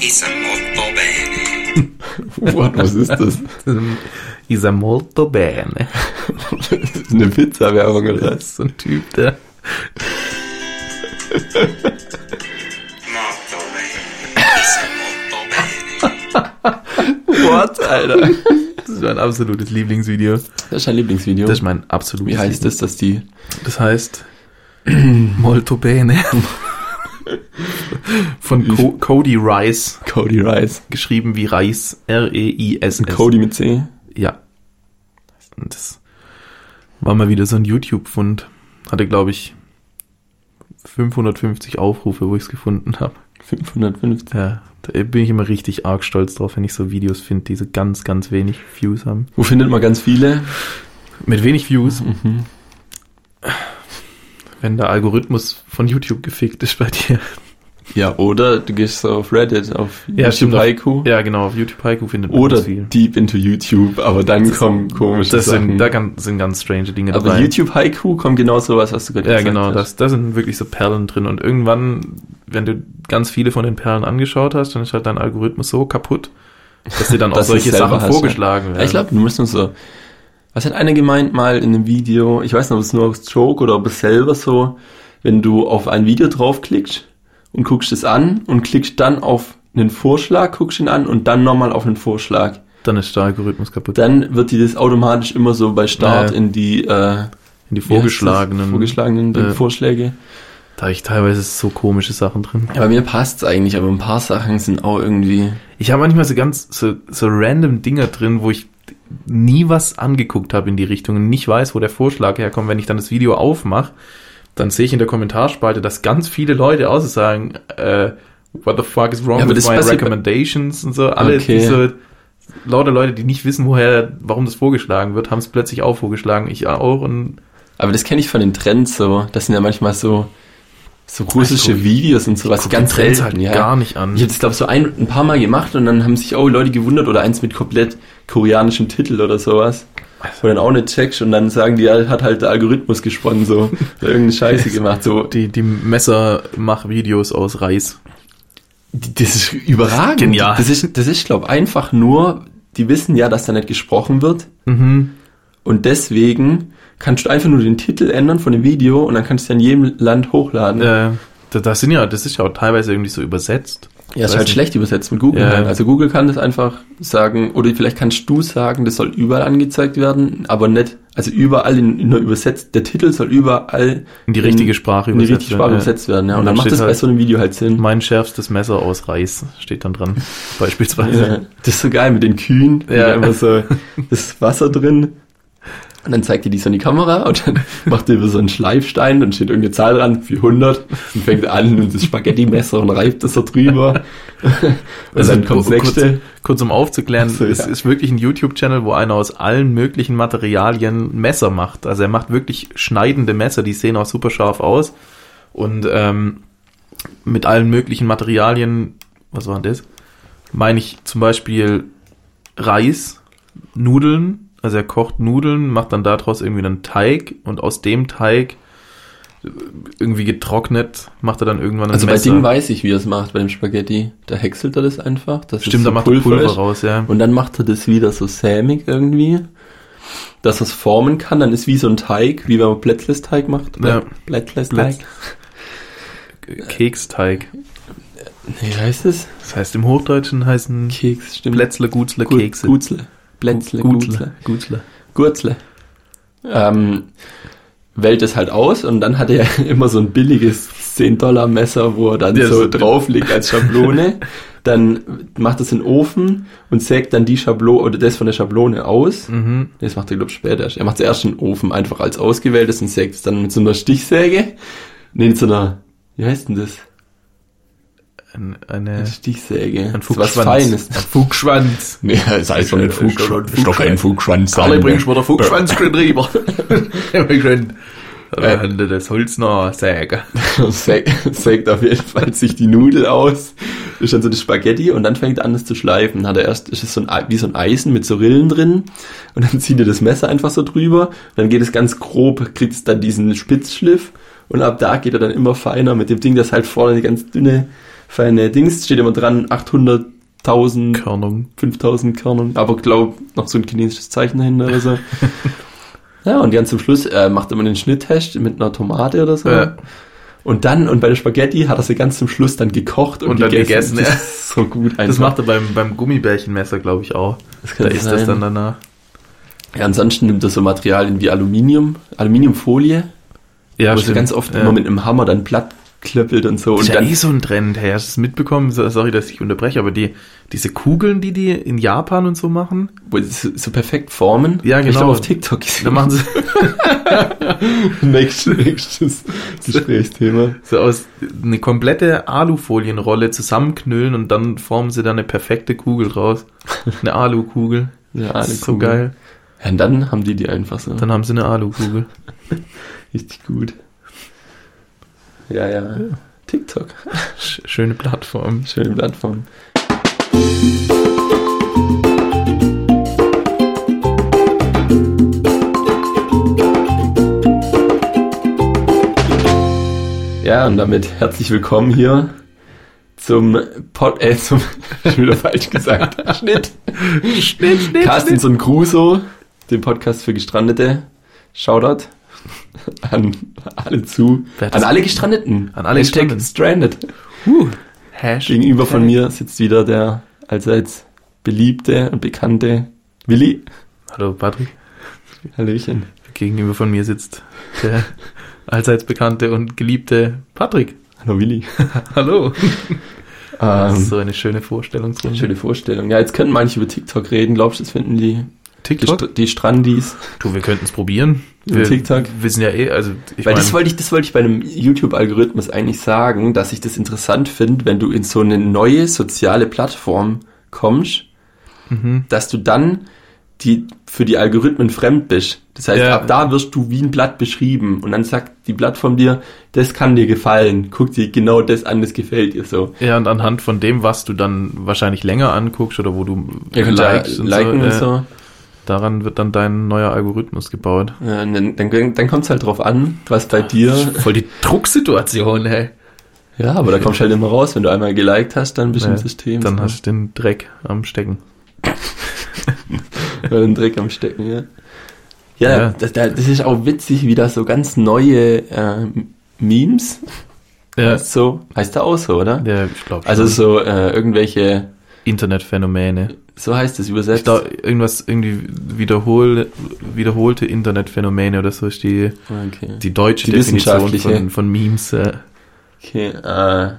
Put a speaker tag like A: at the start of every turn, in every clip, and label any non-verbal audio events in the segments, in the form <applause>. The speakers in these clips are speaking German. A: Isa molto bene.
B: What, was ist das? <laughs>
C: Isa molto bene.
B: Das ist eine Pizza-Werbung oder
C: Das
B: was?
C: ist so ein Typ, der.
A: Molto bene. Isa molto bene.
C: What, Alter? Das ist mein absolutes Lieblingsvideo.
B: Das ist dein Lieblingsvideo.
C: Das ist mein absolutes
B: Wie heißt das, dass die...
C: Lieblings- Das <clears throat> heißt. Molto bene. Von Co Cody Rice.
B: Cody Rice.
C: Geschrieben wie E Reis. R-E-I-S-S.
B: Und Cody mit C.
C: Ja. Und Das war mal wieder so ein YouTube-Fund. Hatte, glaube ich, 550 Aufrufe, wo ich es gefunden habe.
B: 550.
C: Ja, da bin ich immer richtig arg stolz drauf, wenn ich so Videos finde, die so ganz, ganz wenig Views haben.
B: Wo findet man ganz viele?
C: Mit wenig Views,
B: Mhm.
C: wenn der Algorithmus von YouTube gefickt ist bei dir.
B: Ja, oder du gehst so auf Reddit, auf YouTube
C: auf-
B: Haiku.
C: Ja, genau, auf YouTube Haiku findet man
B: Oh. Oder
C: ganz viel.
B: deep into YouTube, aber dann kommen komische
C: Das
B: Sachen.
C: sind, da kann, sind ganz strange Dinge
B: aber
C: dabei.
B: YouTube Haiku kommt genau sowas, was du gerade
C: Ja,
B: gesagt
C: genau,
B: hast.
C: das, da sind wirklich so Perlen drin. Und irgendwann, wenn du ganz viele von den Perlen angeschaut hast, dann ist halt dein Algorithmus so kaputt, dass dir dann auch
B: Dass du
C: solche
B: selber
C: Sachen
B: hast, ja.
C: vorgeschlagen werden.
B: Ich glaube, du musst uns so. Was hat einer gemeint mal in einem Video? Ich weiß nicht, ob es nur aus Joke oder ob es selber so, wenn du auf ein Video draufklickst und guckst es an und klickst dann auf einen Vorschlag, guckst ihn an und dann nochmal auf einen Vorschlag.
C: dann ist der Algorithmus kaputt.
B: Dann wird dir das automatisch immer so bei Start
C: Ja.
B: in die äh,
C: In die
B: wie heißt das?
C: vorgeschlagenen.
B: vorgeschlagenen
C: äh,
B: Vorschläge.
C: Da habe ich teilweise so komische Sachen drin.
B: Ja, bei mir passt's eigentlich, aber ein paar Sachen sind auch irgendwie.
C: Ich habe manchmal so ganz so, so random Dinger drin, wo ich nie was angeguckt habe in die Richtung und nicht weiß, wo der Vorschlag herkommt. Wenn ich dann das Video aufmache, dann sehe ich in der Kommentarspalte, dass ganz viele Leute außer sagen, äh, what the fuck is wrong
B: Ja, aber
C: with
B: das
C: my
B: passiert bei-
C: recommendations und so. Alle
B: Okay.
C: diese lauter Leute, die nicht wissen, woher, warum das vorgeschlagen wird, haben es plötzlich auch vorgeschlagen. Ich auch und
B: Aber das kenne ich von den Trends so. Das sind ja manchmal so, so russische
C: Also, Ich guck-
B: Videos und sowas.
C: guck
B: ganz
C: die Trends
B: selten,
C: halt
B: ja.
C: gar nicht an.
B: Ich habe das, glaube ich, so ein, ein paar Mal gemacht und dann haben sich auch Leute gewundert oder eins mit komplett koreanischem Titel oder sowas.
C: Also
B: Wo dann auch nicht checkst und dann sagen die, ja, hat halt der Algorithmus gesponnen,
C: <laughs>
B: so. Oder irgendeine Scheiße gemacht, so.
C: die, die Messermach-Videos aus Reis.
B: Das ist überragend.
C: Genial.
B: Das ist, das ist, glaube ich, einfach nur, die wissen ja, dass da nicht gesprochen wird.
C: Mhm.
B: Und deswegen kannst du einfach nur den Titel ändern von dem Video und dann kannst du in jedem Land hochladen.
C: Äh, da- das sind ja, das ist ja auch teilweise irgendwie so übersetzt.
B: Ja, ist
C: Weiß
B: halt
C: nicht.
B: schlecht übersetzt mit Google.
C: Ja.
B: Halt. Also Google kann das einfach sagen, oder vielleicht kannst du sagen, das soll überall angezeigt werden, aber nicht, also überall in, in der übersetzt, der Titel soll überall
C: In die richtige Sprache
B: in die
C: übersetzt
B: richtige Sprache
C: werden, ja.
B: übersetzt werden. Ja. Und,
C: Und
B: dann
C: dann
B: macht
C: steht
B: das bei
C: halt-
B: so einem Video halt Sinn.
C: Mein schärfstes Messer aus Reis steht dann dran, <laughs>
B: Ja.
C: beispielsweise.
B: <laughs> Das ist so geil mit den Kühen,
C: Ja.
B: ja. immer so das Wasser drin. Und dann zeigt ihr die so in die Kamera und dann <laughs> macht ihr über so einen Schleifstein, dann steht irgendeine Zahl dran, 400, und fängt an und das Spaghetti-Messer und reibt das da drüber. <laughs> Und dann kommt das
C: ku- Also kurz,
B: nächste.
C: kurz um aufzuklären,
B: Ach so,
C: es
B: ja.
C: ist wirklich ein YouTube-Channel, wo einer aus allen möglichen Materialien Messer macht. Also er macht wirklich schneidende Messer, die sehen auch super scharf aus. Und ähm, mit allen möglichen Materialien, was war denn das? Meine ich zum Beispiel Reis, Nudeln, also er kocht Nudeln, macht dann daraus irgendwie einen Teig und aus dem Teig äh, irgendwie getrocknet, macht er dann irgendwann ein
B: Also bei
C: Messer.
B: Ding weiß ich, wie er es macht, bei dem Spaghetti. Da häckselt er das einfach. Dass es
C: Stimmt,
B: so
C: da macht er Pulver
B: ist.
C: raus, ja.
B: Und dann macht er das wieder so sämig irgendwie, dass er es formen kann. Dann ist wie so ein Teig, wie wenn man Plätzlesteig macht.
C: Ja.
B: Plätzlesteig.
C: Plätz- Keksteig.
B: Nee, wie heißt es?
C: Das heißt, im Hochdeutschen heißen
B: Keks, stimmt.
C: Plätzle, Gutzle,
B: Gu-
C: Kekse.
B: Gutzle. Plätzle, Gutzle.
C: Gutzle. Gutzle.
B: Gurzle. Ähm, wählt es halt aus und dann hat er <laughs> immer so ein billiges 10-Dollar-Messer, wo er dann
C: Ja,
B: so
C: so-
B: drauflegt als
C: <laughs>
B: Schablone. dann macht es in den Ofen und sägt dann die Schablone oder das von der Schablone aus.
C: Mhm.
B: Nee, Das macht er, glaube ich, später erst. Er macht zuerst in den Ofen einfach als ausgewähltes und sägt es dann mit so einer Stichsäge. Nee, mit so einer, wie heißt denn das?
C: Ein, eine,
B: Stichsäge.
C: ein
B: Das ist was
C: Fuchsschwanz. halt
B: Feines.
C: Ein Fuchsschwanz.
B: Nee, das heißt schon ein Fuchsschwanz. Ist doch kein Fuchsschwanz.
C: Alle
B: sein,
C: bringst
B: ne?
C: mir den Fuchsschwanz grün <laughs> rüber. Immer schön. Äh. Das Holz noch sägen.
B: <laughs> Sägt sägt auf jeden Fall sich die Nudel aus, ist dann so das Spaghetti und dann fängt er an, es zu schleifen. Hat er erst, ist es so ein, Ei- wie so ein Eisen mit so Rillen drin und dann zieht er das Messer einfach so drüber. Dann geht es ganz grob, kriegt es dann diesen Spitzschliff und ab da geht er dann immer feiner mit dem Ding, das halt vorne eine ganz dünne feine Dings, steht immer dran 800.000,
C: Körnung.
B: 5.000 Körnung, aber glaub, noch so ein chinesisches Zeichen dahinter oder so. <laughs> ja, und ganz zum Schluss äh, macht immer den Schnitttest mit einer Tomate oder so.
C: Ja.
B: Und dann, und bei der Spaghetti hat er sie ganz zum Schluss dann gekocht und,
C: Und dann gegessen,
B: Das
C: ja.
B: ist so gut
C: Das
B: einfach.
C: macht er beim, beim Gummibärchenmesser, glaube ich, auch.
B: Das kann
C: Da ist das
B: sein.
C: dann danach.
B: Ja, ansonsten nimmt er so Materialien wie Aluminium, Aluminiumfolie,
C: Ja,
B: wo er ganz oft
C: ja.
B: immer mit einem Hammer dann platt klöppelt und so.
C: Das ist
B: Und
C: ja
B: dann
C: eh so ein Trend, hey, hast du es mitbekommen? So- Sorry, dass ich unterbreche, aber die, diese Kugeln, die die in Japan und so machen,
B: wo sie so, so perfekt formen.
C: Ja,
B: Hab Ich
C: genau.
B: glaube auf TikTok
C: da
B: gesehen. <laughs>
C: machen sie
B: nächstes,
C: <laughs>
B: nächstes Gesprächsthema.
C: so aus eine komplette Alufolienrolle zusammenknüllen und dann formen sie da eine perfekte Kugel draus. Eine Alukugel.
B: Ja,
C: Das
B: eine
C: ist so
B: Kugel.
C: geil.
B: Ja, und dann haben die die einfach so.
C: Dann haben sie eine Alukugel.
B: Richtig gut. Ja, ja. TikTok.
C: Sch- Schöne Plattform.
B: Schöne Plattform. Ja, und damit herzlich willkommen hier zum Pod, äh, zum, <laughs> schon wieder falsch gesagt, Schnitt.
C: Schnitt, schnitt,
B: Carstens und Crusoe, dem Podcast für Gestrandete. Shoutout <laughs> an alle zu,
C: Wer hat
B: an
C: das-
B: alle Gestrandeten.
C: An alle
B: Hashtag
C: Gestrandeten.
B: Stranded.
C: Hash.
B: Gegenüber von mir sitzt wieder der allseits beliebte und bekannte Willi.
C: Hallo, Patrick.
B: Hallöchen.
C: Gegenüber von mir sitzt der allseits bekannte und geliebte Patrick.
B: Hallo
C: <laughs>
B: Willi.
C: Hallo. Das ist
B: Ähm,
C: so eine schöne Vorstellungsrunde.
B: schöne Vorstellung. Ja, jetzt könnten manche über TikTok reden. Glaubst du, das finden die, die, Str- die Strandis?
C: Du, wir könnten es probieren.
B: Über
C: Wir
B: TikTok?
C: wissen ja eh, also ich
B: Weil
C: mein,
B: das wollte ich, das wollte ich bei einem YouTube-Algorithmus eigentlich sagen, dass ich das interessant finde, wenn du in so eine neue soziale Plattform kommst,
C: mhm.
B: dass du dann die, für die Algorithmen fremd bist. Das heißt,
C: Ja.
B: ab da wirst du wie ein Blatt beschrieben und dann sagt die Plattform dir, das kann dir gefallen, guck dir genau das an, das gefällt dir so.
C: ja, und anhand von dem, was du dann wahrscheinlich länger anguckst oder wo du
B: Likes und liken und so.
C: äh, daran wird dann dein neuer Algorithmus gebaut.
B: Ja, und dann dann, dann kommt es halt drauf an, was bei
C: <laughs>
B: dir.
C: Voll die Drucksituation, hey.
B: Ja, aber da kommst du halt immer raus, wenn du einmal geliked hast, dann bist du im
C: Ja,
B: System.
C: Dann
B: so.
C: hast du den Dreck am Stecken.
B: Weil den Dreck am Stecken, ja. Ja,
C: Ja.
B: Das, das ist auch witzig, wie das so ganz neue ähm, Memes,
C: Ja,
B: so heißt da auch so, oder?
C: ja ich glaube
B: Also so äh, irgendwelche,
C: Internetphänomene.
B: so heißt es
C: Ich
B: übersetzt.
C: glaube, irgendwas irgendwie wiederhol, wiederholte Internetphänomene oder so ist die,
B: okay.
C: die deutsche
B: Die
C: Definition
B: wissenschaftliche.
C: von, von Memes. Äh,
B: okay äh,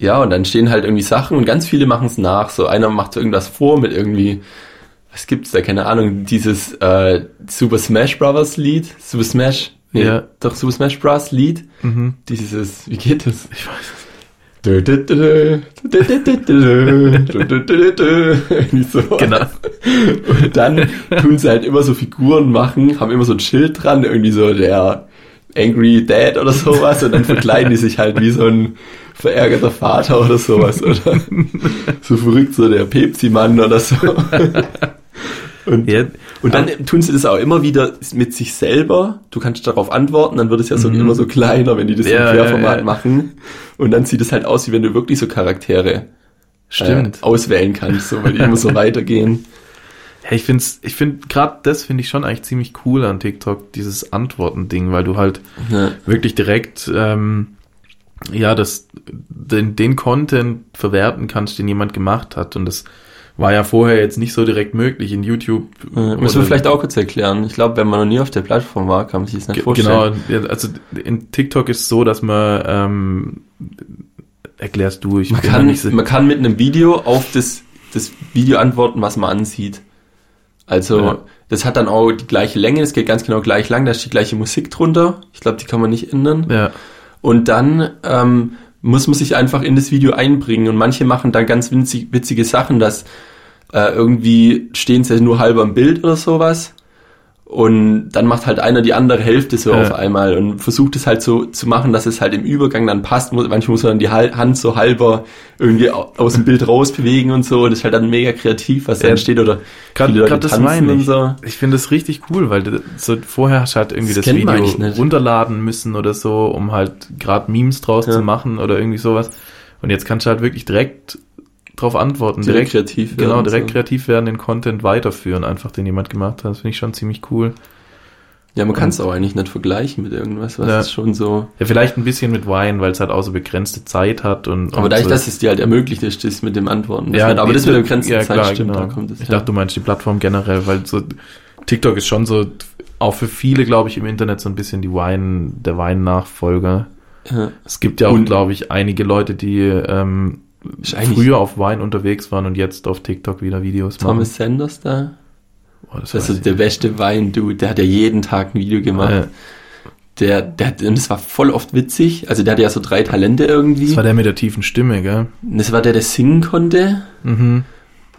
B: ja, und dann stehen halt irgendwie Sachen und ganz viele machen es nach. So einer macht so irgendwas vor mit irgendwie, was gibt's da, keine Ahnung, dieses äh, Super Smash Brothers Lied, Super Smash, nee,
C: Ja.
B: doch Super Smash Bros. Lied,
C: mhm.
B: dieses, wie geht das?
C: Ich weiß es
B: Irgendwie so.
C: Genau.
B: Und dann tun sie halt immer so Figuren machen, haben immer so ein Schild dran, irgendwie so der Angry Dad oder sowas und dann verkleiden die sich halt wie so ein verärgerter Vater oder sowas oder so verrückt so der Pepsi-Mann oder so. Und,
C: Ja.
B: und dann tun sie das auch immer wieder mit sich selber. Du kannst darauf antworten, dann wird es ja so immer so kleiner, wenn die das
C: Mhm. Ja,
B: im Querformat
C: ja, ja.
B: machen. Und dann sieht es halt aus, wie wenn du wirklich so Charaktere
C: Stimmt.
B: Äh, auswählen kannst, so, weil die immer
C: <laughs>
B: so weitergehen.
C: Ja, ich find's, ich find gerade das finde ich schon eigentlich ziemlich cool an TikTok, dieses Antworten-Ding, weil du halt
B: Ja.
C: wirklich direkt ähm, ja das den, den Content verwerten kannst, den jemand gemacht hat und das war ja vorher jetzt nicht so direkt möglich in YouTube.
B: Äh, müssen
C: oder-
B: wir vielleicht auch kurz erklären. Ich glaube, wenn man noch nie auf der Plattform war, kann man sich das nicht
C: Ge-
B: vorstellen.
C: Genau, ja, also in TikTok ist so, dass man ähm, erklärst du, ich
B: Man
C: bin da
B: kann,
C: nicht so,
B: man kann mit einem Video auf das, das Video antworten, was man ansieht. Also,
C: Ja.
B: das hat dann auch die gleiche Länge, das geht ganz genau gleich lang, da ist die gleiche Musik drunter. Ich glaube, die kann man nicht ändern.
C: ja,
B: Und dann ähm, muss man sich einfach in das Video einbringen. Und manche machen dann ganz winzig, witzige Sachen, dass äh, irgendwie stehen sie nur halb am Bild oder sowas. Und dann macht halt einer die andere Hälfte so
C: Ja.
B: auf einmal und versucht es halt so zu machen, dass es halt im Übergang dann passt. Mu- Manchmal muss man dann die Hal- Hand so halber irgendwie au- aus dem Bild rausbewegen und so. Und das ist halt dann mega kreativ, was da
C: Ja.
B: entsteht. Oder
C: Grad-
B: viele Leute
C: grad das
B: tanzen
C: meine
B: und
C: ich.
B: so.
C: Ich finde das richtig cool, weil du- so vorher hast du halt irgendwie
B: Das
C: das,
B: kennt man eigentlich
C: Video
B: nicht.
C: runterladen müssen oder so, um halt gerade Memes draus
B: Ja.
C: zu machen oder irgendwie sowas. Und jetzt kannst du halt wirklich direkt drauf antworten.
B: Direkt kreativ werden,
C: Genau, direkt
B: so.
C: kreativ werden, den Content weiterführen, einfach den jemand gemacht hat. Das finde ich schon ziemlich cool.
B: Ja, man kann es auch eigentlich nicht vergleichen mit irgendwas, was
C: Ja.
B: ist schon so.
C: Ja, vielleicht ein bisschen mit Wein, weil es halt auch so begrenzte Zeit hat und.
B: Aber
C: und
B: dadurch,
C: so.
B: dass es dir halt ermöglicht ist, das mit dem Antworten.
C: ja,
B: aber das mit der begrenzten
C: ja,
B: Zeit
C: klar,
B: stimmt,
C: genau.
B: da kommt es
C: Ich
B: her.
C: dachte, du meinst die Plattform generell, weil so TikTok ist schon so auch für viele, glaube ich, im Internet so ein bisschen die Wein, der Wein-Nachfolger.
B: Ja.
C: Es gibt ja auch,
B: Und-
C: glaube ich, einige Leute, die ähm,
B: Ist eigentlich-
C: früher auf Wein unterwegs waren und jetzt auf TikTok wieder Videos
B: Thomas Sanders da.
C: machen. Oh, das
B: Das
C: weiß
B: ist
C: ich
B: der
C: nicht.
B: beste Wein-Dude. Der hat ja jeden Tag ein Video gemacht.
C: Äh,
B: Der, der, hat- und das war voll oft witzig. Also der hatte ja so drei Talente irgendwie.
C: Das war der mit der tiefen Stimme, gell?
B: das war der, der singen konnte.
C: Mhm.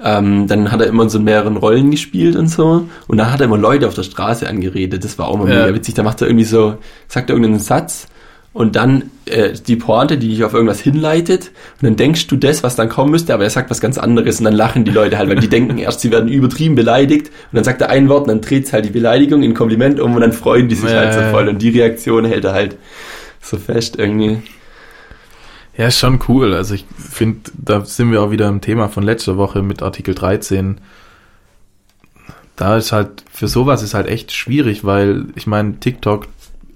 B: Ähm, dann hat er immer so in mehreren Rollen gespielt und so. Und dann hat er immer Leute auf der Straße angeredet. Das war auch mal
C: Ja.
B: mega witzig. Da macht er irgendwie so, sagt er irgendeinen Satz und dann äh, die Pointe, die dich auf irgendwas hinleitet. Und dann denkst du das, was dann kommen müsste, aber er sagt was ganz anderes. Und dann lachen die Leute halt, weil <laughs> die denken erst, sie werden übertrieben beleidigt. Und dann sagt er ein Wort und dann dreht halt die Beleidigung in ein Kompliment um und dann freuen die sich
C: Ja,
B: halt so
C: ja, ja.
B: voll. Und die Reaktion hält er halt so fest irgendwie.
C: Ja, ist schon cool. Also ich finde, da sind wir auch wieder im Thema von letzter Woche mit Artikel 13. Da ist halt, für sowas ist halt echt schwierig, weil ich meine, TikTok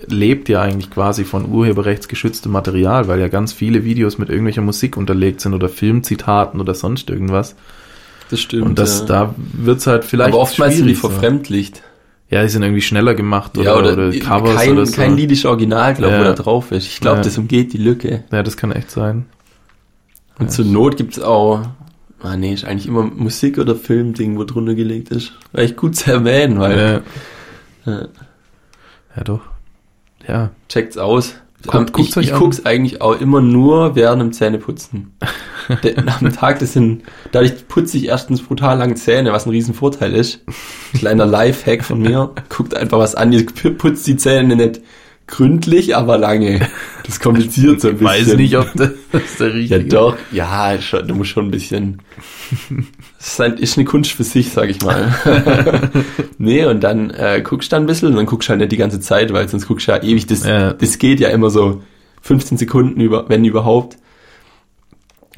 C: lebt ja eigentlich quasi von urheberrechtsgeschütztem Material, weil ja ganz viele Videos mit irgendwelcher Musik unterlegt sind oder Filmzitaten oder sonst irgendwas.
B: Das stimmt.
C: Und das,
B: ja.
C: da wird's halt vielleicht
B: aber oftmals sind die
C: so.
B: verfremdlicht.
C: Ja, die sind irgendwie schneller gemacht oder,
B: ja, oder,
C: oder Covers
B: kein,
C: oder so.
B: kein Lied ist original, glaube ich, wo
C: Ja.
B: da drauf ist. Ich glaube,
C: Ja.
B: das umgeht die Lücke.
C: Ja, das kann echt sein.
B: Und zur Not gibt's auch, ah nee, ist eigentlich immer Musik oder Filmding, wo drunter gelegt ist. War echt gut <laughs> zu erwähnen, weil
C: Ja,
B: äh,
C: ja doch. Ja,
B: checkt's aus.
C: Guckt-
B: Am-
C: guckt's
B: ich ich
C: euch an.
B: guck's eigentlich auch immer nur während dem
C: <laughs>
B: Zähneputzen. Denn am Tag, das sind, dadurch putze ich erstens brutal lange Zähne, was ein Riesenvorteil ist. Kleiner Lifehack von mir. Guckt einfach was an, ihr p- putzt die Zähne nicht gründlich, aber lange. Das kompliziert so ein bisschen.
C: weiß nicht, ob das, das
B: <laughs>
C: der
B: Ja,
C: richtige
B: doch. Ja, schon, du musst schon ein
C: <laughs>
B: bisschen. Das ist, halt, ist eine Kunst für sich, sag ich
C: <laughs>
B: mal. nee, und dann äh, guckst du dann ein bisschen und dann guckst du halt nicht die ganze Zeit, weil sonst guckst du ja ewig. Das,
C: Ja.
B: das geht ja immer so 15 Sekunden, über, wenn überhaupt.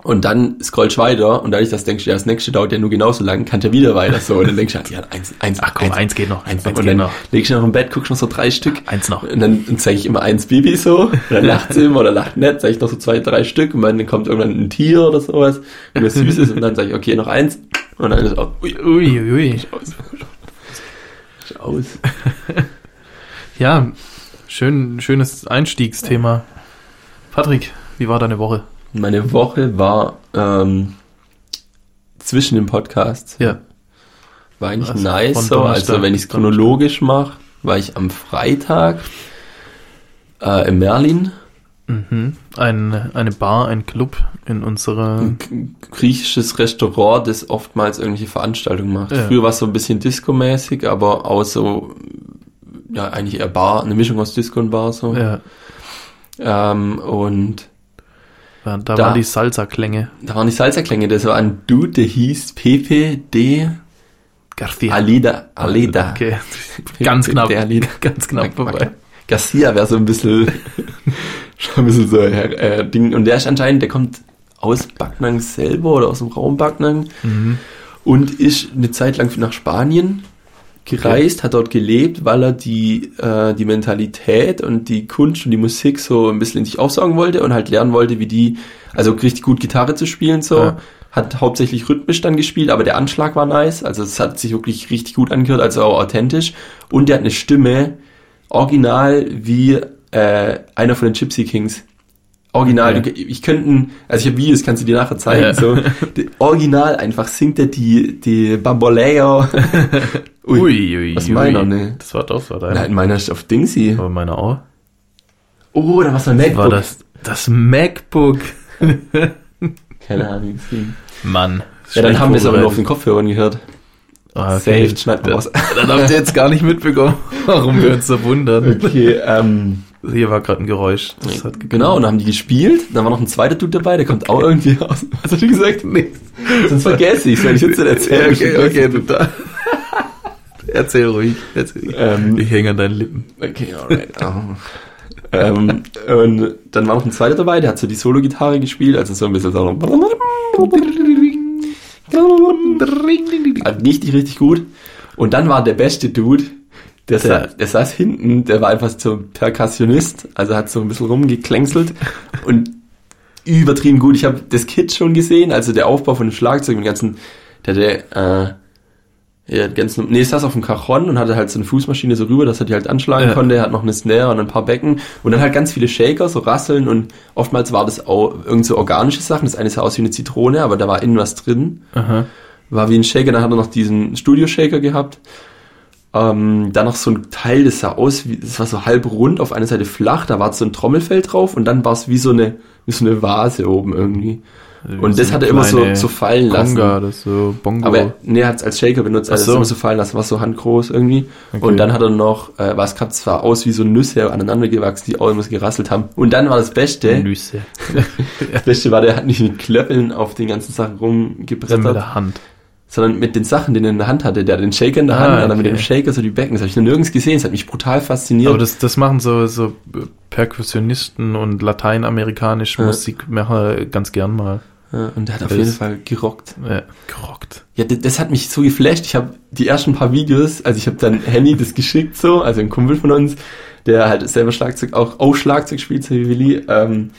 B: Und dann scrollst du weiter und dadurch, dass du denkst, ja, das nächste dauert ja nur genauso lang, kann ja wieder weiter so. Und dann denkst du, halt, ja, eins, eins,
C: Ach komm, eins geht noch,
B: eins,
C: eins
B: und
C: geht
B: dann
C: noch.
B: legst du noch im Bett, guckst noch so drei Stück.
C: Eins noch.
B: Und dann zeige ich immer eins Baby so, und
C: <laughs>
B: dann lacht sie immer oder lacht nett, zeige ich noch so zwei, drei Stück und dann kommt irgendwann ein Tier oder sowas, und das süß ist und dann sage ich, okay, noch eins und dann ist auch ui,
C: Ui, ui, ui.
B: ist aus.
C: Ja, schön, schönes Einstiegsthema. Patrick, wie war deine Woche?
B: Meine Woche war ähm, zwischen dem Podcast,
C: Ja.
B: war eigentlich
C: Also von
B: nice, so. also
C: Donnerstag
B: wenn ich es
C: bis Donnerstag.
B: chronologisch mache, war ich am Freitag äh, in Merlin,
C: Mhm. Ein, eine Bar, ein Club in unserer.
B: ein k- griechisches Restaurant, das oftmals irgendwelche Veranstaltungen macht.
C: Ja.
B: Früher war es so ein bisschen Disco-mäßig, aber auch so, ja, eigentlich eher Bar, eine Mischung aus Disco und Bar so.
C: Ja,
B: Ähm, und
C: da, da
B: Da-
C: waren die Salsa-Klänge.
B: da waren die Salzerklänge, das war ein Dude, der hieß Pepe de
C: Garcia.
B: Alida. Alida. <laughs>
C: Okay. Ganz knapp.
B: Der Alida.
C: <laughs> Ganz knapp
B: Mag- mag-
C: vorbei.
B: Garcia wäre so ein
C: <laughs>
B: bisschen, schon ein bisschen so äh, äh, Ding. Und der ist anscheinend, der kommt aus Backnang selber oder aus dem Raum Backnang.
C: Mhm.
B: und ist eine Zeit lang nach Spanien gereist, hat dort gelebt, weil er die, äh, die Mentalität und die Kunst und die Musik so ein bisschen in sich aufsaugen wollte und halt lernen wollte, wie die, also richtig gut Gitarre zu spielen so.
C: Ja.
B: Hat hauptsächlich rhythmisch dann gespielt, aber der Anschlag war nice. Also es hat sich wirklich richtig gut angehört, also auch authentisch. Und der hat eine Stimme, original wie äh, einer von den Gypsy Kings. Original,
C: Okay.
B: du, ich könnte, ein- also ich habe Videos, kannst du dir nachher zeigen.
C: Ja. <laughs>
B: So, die, original einfach singt er die, die Bamboleo. Ui.
C: <laughs> ui.
B: was
C: ui.
B: meiner, ne?
C: Das war das, war deiner.
B: Nein, meiner ist auf Dingsy.
C: Aber meiner auch.
B: Oh, da war's ein MacBook.
C: War das das MacBook?
B: Oh, Keine Ahnung. wie das ging.
C: Mann.
B: Ja, dann haben wir es aber nur auf
C: noch.
B: den Kopfhörern gehört.
C: Ah,
B: Saved, schneid mal raus.
C: <laughs> Dann habt ihr jetzt gar nicht mitbekommen, <laughs> warum wir uns so wundern.
B: Okay, ähm,
C: Hier war gerade ein Geräusch. Das hat geknallt.
B: genau, und dann haben die gespielt. Dann war noch ein zweiter Dude dabei, der kommt auch irgendwie aus. Was hast du gesagt? Nichts. Sonst vergesse ich's, wenn ich jetzt nicht erzähle.
C: Okay, okay, du da. <laughs> Erzähl ruhig. Erzähl.
B: Ähm,
C: ich hänge an deinen Lippen.
B: Okay, alright. Oh. <laughs> ähm, und dann war noch ein zweiter dabei, der hat so die Solo-Gitarre gespielt, also so ein bisschen so. Also richtig, richtig gut. Und dann war der beste Dude, der, sa
C: Der-
B: der saß hinten, der war einfach so Perkussionist, also hat so ein bisschen rumgeklängselt und übertrieben gut. Ich habe das Kit schon gesehen, also der Aufbau von dem Schlagzeug mit dem ganzen, der, der, äh, ja, den ganzen, nee, es saß auf dem Cajon und hatte halt so eine Fußmaschine so rüber, dass er die halt anschlagen
C: Ja.
B: konnte. Er hat noch eine Snare und ein paar Becken und dann halt ganz viele Shaker, so rasseln und oftmals war das auch irgend so organische Sachen. Das eine sah aus wie eine Zitrone, aber da war innen was drin.
C: Aha.
B: War wie ein Shaker, dann hat er noch diesen Studio-Shaker gehabt. Ähm, dann noch so ein Teil, das sah aus wie, das war so halb rund, auf einer Seite flach, da war so ein Trommelfeld drauf und dann war es wie so eine, wie so eine Vase oben irgendwie. Und das hat er immer so, so fallen lassen.
C: Konga, das so Bongo.
B: Aber nee, er hat es als Shaker benutzt, also
C: Ach so.
B: so. immer so fallen lassen, war so handgroß irgendwie.
C: Okay.
B: Und dann hat er noch, äh, was gehabt, zwar aus wie so Nüsse aneinander gewachsen, die auch immer so gerasselt haben. Und dann war das Beste,
C: Nüsse.
B: das Beste war, der hat nicht mit Klöppeln auf den ganzen Sachen
C: Das mit
B: rumgebrettert,
C: der Hand.
B: sondern mit den Sachen, die er in der Hand hatte. Der hat den Shaker in der Hand
C: Ah,
B: und dann mit
C: okay.
B: dem Shaker so die Becken. Das habe ich noch nirgends gesehen, das hat mich brutal fasziniert.
C: Aber das, das machen so, so Perkussionisten und lateinamerikanische
B: Ja.
C: Musikmacher ganz gern mal.
B: ja, und der hat auf
C: das-
B: jeden Fall gerockt.
C: Ja, gerockt.
B: Ja, das, das hat mich so geflasht. Ich habe die ersten paar Videos, also ich habe dann Henny das geschickt so, also ein Kumpel von uns, der halt selber Schlagzeug, auch, auch Schlagzeug spielt, so wie Willi, ähm,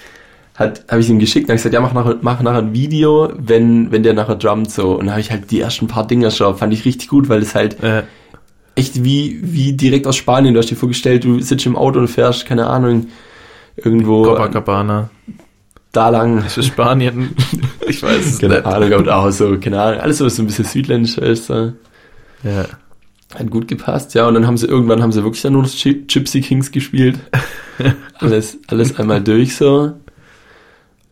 B: hat, habe ich ihm geschickt und hab gesagt, ja, mach nachher, mach nachher ein Video, wenn, wenn der nachher drummt so. Und habe ich halt die ersten paar Dinger schon, fand ich richtig gut, weil es halt
C: Äh,
B: echt wie, wie direkt aus Spanien, du hast dir vorgestellt, du sitzt im Auto und fährst, keine Ahnung, irgendwo
C: Copacabana.
B: da lang.
C: Für Spanien. ich weiß es
B: Keine Ahnung, und auch so, keine Ahnung, alles was so ein bisschen südländisch ist. So.
C: <laughs> Ja.
B: Hat gut gepasst, ja. Und dann haben sie irgendwann haben sie wirklich dann nur das Gy- Gypsy Kings
C: <laughs>
B: gespielt. alles, alles einmal durch so.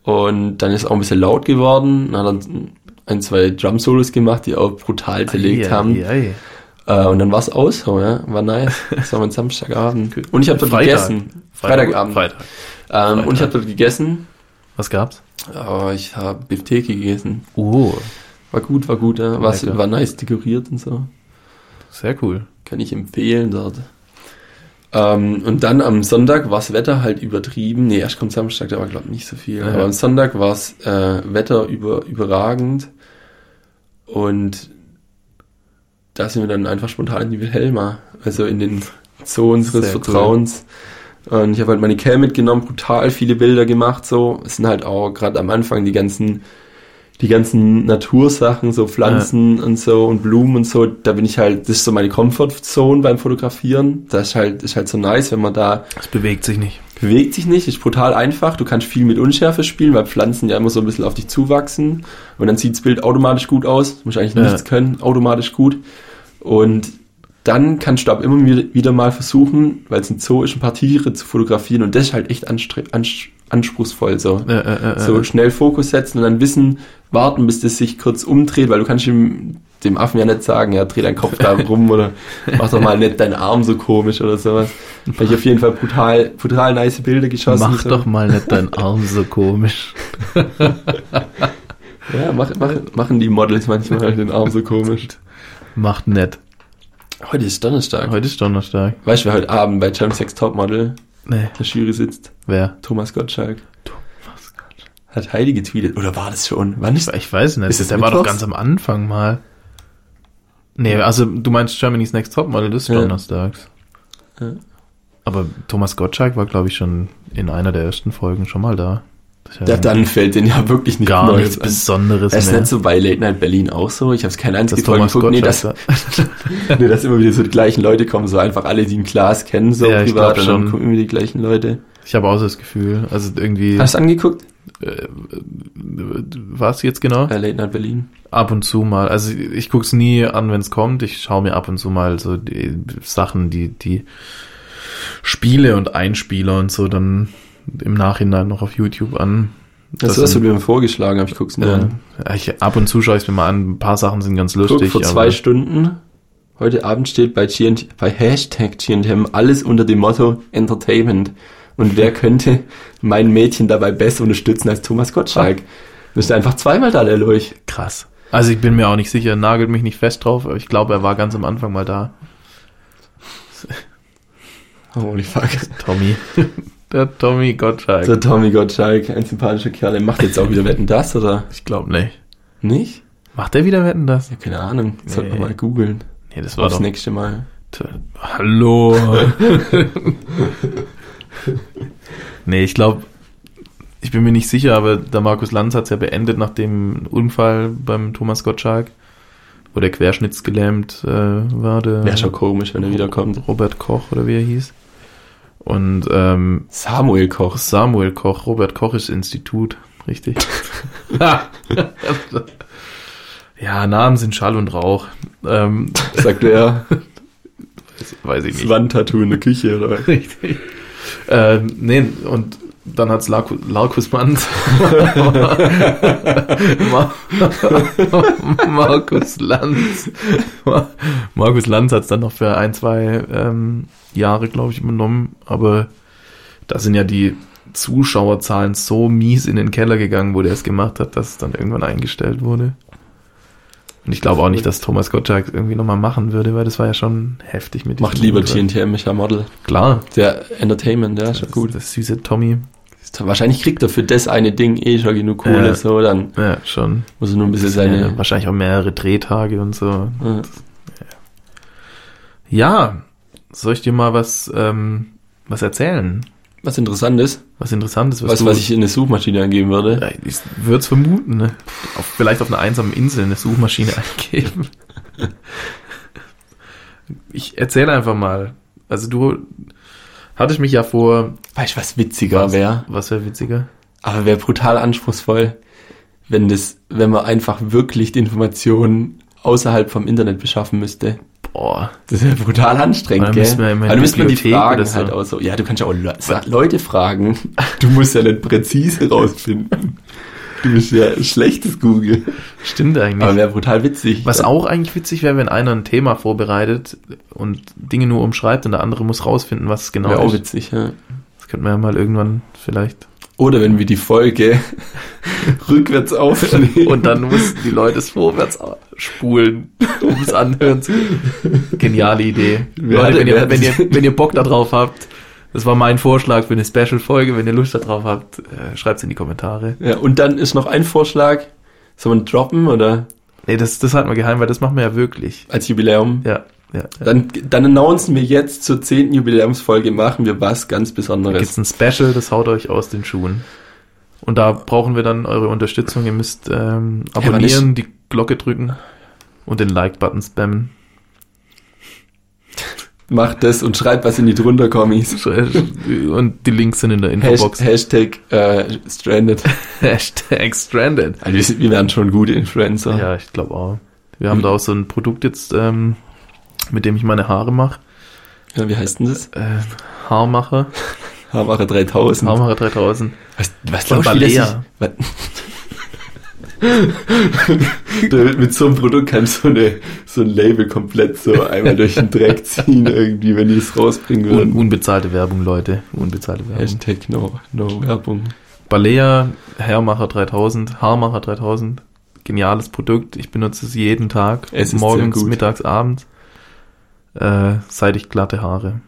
B: Und dann ist auch ein bisschen laut geworden. Dann hat er ein, zwei Drum Solos gemacht, die auch brutal zerlegt
C: Ei,
B: haben.
C: ei, ei.
B: Äh, und dann war's aus so, ja. War
C: <laughs>
B: nice. Das war mein Samstagabend. Und ich habe dort
C: Freitag.
B: gegessen. Freitagabend.
C: Freitag.
B: Ähm, und ich habe dort gegessen.
C: Was gab's?
B: Oh, ich habe Bifteki gegessen.
C: Oh,
B: War gut, war gut, ja. War's,
C: Lecker.
B: war nice dekoriert und so.
C: sehr cool.
B: Kann ich empfehlen dort. Ähm, und dann am Sonntag war das Wetter halt übertrieben. Nee, erst kommt Samstag, da war glaube ich nicht so viel.
C: Ah, Ja.
B: Aber am Sonntag war das äh, Wetter über, überragend. Und da sind wir dann einfach spontan in die Wilhelma, also in den Zoo unseres
C: Sehr cool.
B: Vertrauens. Und ich habe halt meine Cam mitgenommen, brutal viele Bilder gemacht. So, es sind halt auch gerade am Anfang die ganzen, die ganzen Natursachen, so Pflanzen und so und Blumen und so. Da bin ich halt, das ist so meine Comfortzone beim Fotografieren. Das ist halt, ist halt so nice, wenn man da
C: Es bewegt sich nicht.
B: bewegt sich nicht, ist brutal einfach. Du kannst viel mit Unschärfe spielen, weil Pflanzen ja immer so ein bisschen auf dich zuwachsen. Und dann sieht das Bild automatisch gut aus. Du musst eigentlich
C: Ja.
B: nichts können, automatisch gut. Und dann kannst du aber immer wieder- wieder mal versuchen, weil es ein Zoo ist, ein paar Tiere zu fotografieren. Und das ist halt echt anstre- ans anspruchsvoll. So.
C: Äh, äh, äh,
B: so
C: äh.
B: schnell Fokus setzen und dann wissen, warten, bis das sich kurz umdreht, weil du kannst dem, dem Affen ja nicht sagen, ja, dreh deinen
C: <laughs>
B: Kopf da rum oder mach doch mal nicht deinen Arm so komisch oder sowas. Habe ich auf jeden Fall brutal, brutal nice Bilder geschossen.
C: Mach
B: so.
C: doch mal nicht deinen Arm so komisch.
B: Ja, mach, mach, machen die Models manchmal halt den Arm so komisch.
C: Macht nett.
B: Heute ist Donnerstag.
C: Heute ist Donnerstag.
B: Weißt du, wer heute Abend bei Jump Sex Topmodel
C: Nee.
B: der Jury sitzt?
C: Wer?
B: Thomas Gottschalk. Hat Heidi getweetet. Oder war das schon? Wann ist
C: Ich weiß nicht.
B: Ist es
C: der war doch
B: Mittwochs?
C: ganz am Anfang mal. Nee, also du meinst Germany's Next Topmodel, das ist
B: Ja.
C: donnerstags.
B: Ja.
C: Aber Thomas Gottschalk war, glaube ich, schon in einer der ersten Folgen schon mal da. Das ist
B: Ja, dann fällt denen ja wirklich nicht
C: gar nichts Also
B: an.
C: Besonderes
B: Das ist
C: mehr.
B: nicht so bei Late Night Berlin auch so. Ich habe es keinen einzigen
C: dass Thomas Gottschalk
B: Nee, dass, <laughs>
C: da-
B: nee, dass immer wieder so die gleichen Leute kommen, so einfach alle, die ein Glas kennen, so
C: Ja, ich glaub
B: und
C: schon.
B: dann kommen immer die gleichen Leute.
C: Ich habe auch so das Gefühl, also irgendwie,
B: Hast du angeguckt?
C: was jetzt genau?
B: Bei Late Night Berlin.
C: Ab und zu mal. Also ich guck's nie an, wenn's kommt. Ich schaue mir ab und zu mal so die Sachen, die, die Spiele und Einspieler und so dann im Nachhinein noch auf YouTube an.
B: Das, das
C: sind-
B: wird mir vorgeschlagen, aber ich guck's nur an.
C: äh, ich, ab und zu schaue ich's mir mal an. Ein paar Sachen sind ganz
B: Guck,
C: lustig.
B: vor zwei
C: aber
B: Stunden, heute Abend steht bei, G&T bei Hashtag G&M alles unter dem Motto Entertainment. Und wer könnte mein Mädchen dabei besser unterstützen als Thomas Gottschalk? Das ist einfach zweimal da, der Lurch.
C: Ah. krass. Also ich bin mir auch nicht sicher, nagelt mich nicht fest drauf, aber ich glaube, er war ganz am Anfang mal da.
B: Holy fuck. <laughs>
C: Tommy. Der Tommy Gottschalk.
B: Der Tommy Gottschalk, ein sympathischer Kerl. Er macht jetzt auch wieder Wetten, das oder
C: ich glaube nicht.
B: nicht?
C: Macht der wieder Wetten das?
B: Ja, keine Ahnung. Sollten wir
C: Nee.
B: mal googeln.
C: Nee, das
B: Aufs nächste Mal.
C: Hallo. <laughs> nee, ich glaube, ich bin mir nicht sicher, aber der Markus Lanz hat es ja beendet nach dem Unfall beim Thomas Gottschalk, wo der querschnittsgelähmt äh, war. Der
B: Wäre schon komisch, wenn er wiederkommt.
C: Robert Koch oder wie er hieß. Und ähm,
B: Samuel Koch.
C: Samuel Koch, Robert Koches Institut, richtig. <laughs> ja, Namen sind Schall und Rauch. Ähm,
B: Sagt <laughs> er,
C: das weiß ich
B: das
C: nicht.
B: Wandtattoo in der Küche oder was?
C: Richtig. Ähm, nee, und dann hat's Larkus,
B: <laughs>
C: Larkus Manz. Mar Markus Lanz. Mar Markus Lanz hat's dann noch für ein, zwei ähm, Jahre, glaube ich, übernommen. Aber da sind ja die Zuschauerzahlen so mies in den Keller gegangen, wo der es gemacht hat, dass es dann irgendwann eingestellt wurde. Und ich glaube auch nicht, dass Thomas Gottschalk irgendwie nochmal machen würde, weil das war ja schon heftig mit
B: Macht
C: diesem
B: lieber
C: Unfall.
B: TNT Micha Model.
C: Klar,
B: Der Entertainment, der ist schon
C: das,
B: gut.
C: Das süße Tommy.
B: Wahrscheinlich kriegt er für das eine Ding eh schon genug Kohle,
C: Ja.
B: so, dann
C: Ja, schon.
B: muss er nur ein bisschen
C: Seine,
B: seine...
C: wahrscheinlich auch mehrere Drehtage und so.
B: Ja.
C: Ja, soll ich dir mal was, ähm, was erzählen?
B: Was interessant ist,
C: Was Interessantes,
B: was,
C: du-
B: was ich in eine Suchmaschine angeben würde.
C: Ja, Ich würde es vermuten, ne? Auf, vielleicht auf einer einsamen Insel eine Suchmaschine <laughs> eingeben. Ich erzähle einfach mal. Also du hattest mich ja vor,
B: Weißt du, was witziger
C: Was?
B: wäre?
C: was wäre witziger?
B: Aber wäre brutal anspruchsvoll, wenn das, wenn man einfach wirklich die Informationen außerhalb vom Internet beschaffen müsste.
C: Boah,
B: Das wäre brutal anstrengend,
C: Dann
B: gell?
C: müssen wir immer in
B: Aber du
C: die
B: müsst man die
C: Bibliothek
B: Fragen
C: oder so.
B: halt auch so. Ja, du kannst ja auch Le sa- Leute fragen. Du musst ja nicht präzise rausfinden. Du bist ja schlechtes Google.
C: stimmt eigentlich.
B: Aber wäre brutal witzig.
C: Was auch eigentlich witzig wäre, wenn einer ein Thema vorbereitet und Dinge nur umschreibt und der andere muss rausfinden, was es genau
B: Wäre auch
C: ist.
B: witzig, ja.
C: Das könnten wir ja mal irgendwann vielleicht.
B: Oder wenn wir die
C: <laughs>
B: Folge rückwärts aufnehmen.
C: Und dann mussten die Leute es vorwärts spulen, um es anhören zu können. Geniale Idee.
B: Wer
C: Leute,
B: hatte-
C: wenn,
B: wer
C: ihr,
B: hatte-
C: wenn, ihr, wenn ihr Bock darauf habt, das war mein Vorschlag für eine Special-Folge. Wenn ihr Lust darauf habt, äh, schreibt es in die Kommentare.
B: ja, und dann ist noch ein Vorschlag. Soll man droppen oder
C: Nee, das, das halten wir geheim, weil das machen wir ja wirklich.
B: als Jubiläum?
C: Ja, ja. ja.
B: Dann, dann announcen wir jetzt zur 10. Jubiläumsfolge, machen wir was ganz
C: Da
B: Besonderes.
C: gibt's ein Special, das haut euch aus den Schuhen. Und da brauchen wir dann eure Unterstützung. Ihr müsst ähm,
B: wann
C: abonnieren, die Glocke drücken und den Like-Button spammen.
B: Macht das und schreibt was in die drunter Kommis.
C: äh, Und die Links sind in der
B: Hasht-
C: Infobox.
B: Hashtag äh, Stranded.
C: Hashtag Stranded.
B: Also wir, sind- wir werden schon gute Influencer.
C: Ja, ich glaube auch. Wir haben da auch so ein Produkt jetzt, ähm, mit dem ich meine Haare mache.
B: Ja, wie heißt denn das?
C: Äh, Haarmacher.
B: Hamacher 3000.
C: Haarmacher 3000.
B: Was, was
C: Von
B: glaubst du, dass ich...
C: Balea.
B: Was, <laughs> Du, mit so einem Produkt kannst du eine, so ein Label komplett so einmal durch den Dreck ziehen irgendwie, wenn die es rausbringen
C: Un
B: würden.
C: unbezahlte Werbung, Leute. Unbezahlte Werbung.
B: Hashtag no, no Werbung.
C: Balea, Hairmacher 3000, Haarmacher 3000. Geniales Produkt. Ich benutze es jeden Tag.
B: Es ist
C: morgens,
B: sehr gut.
C: mittags, abends. Äh, seit ich glatte Haare.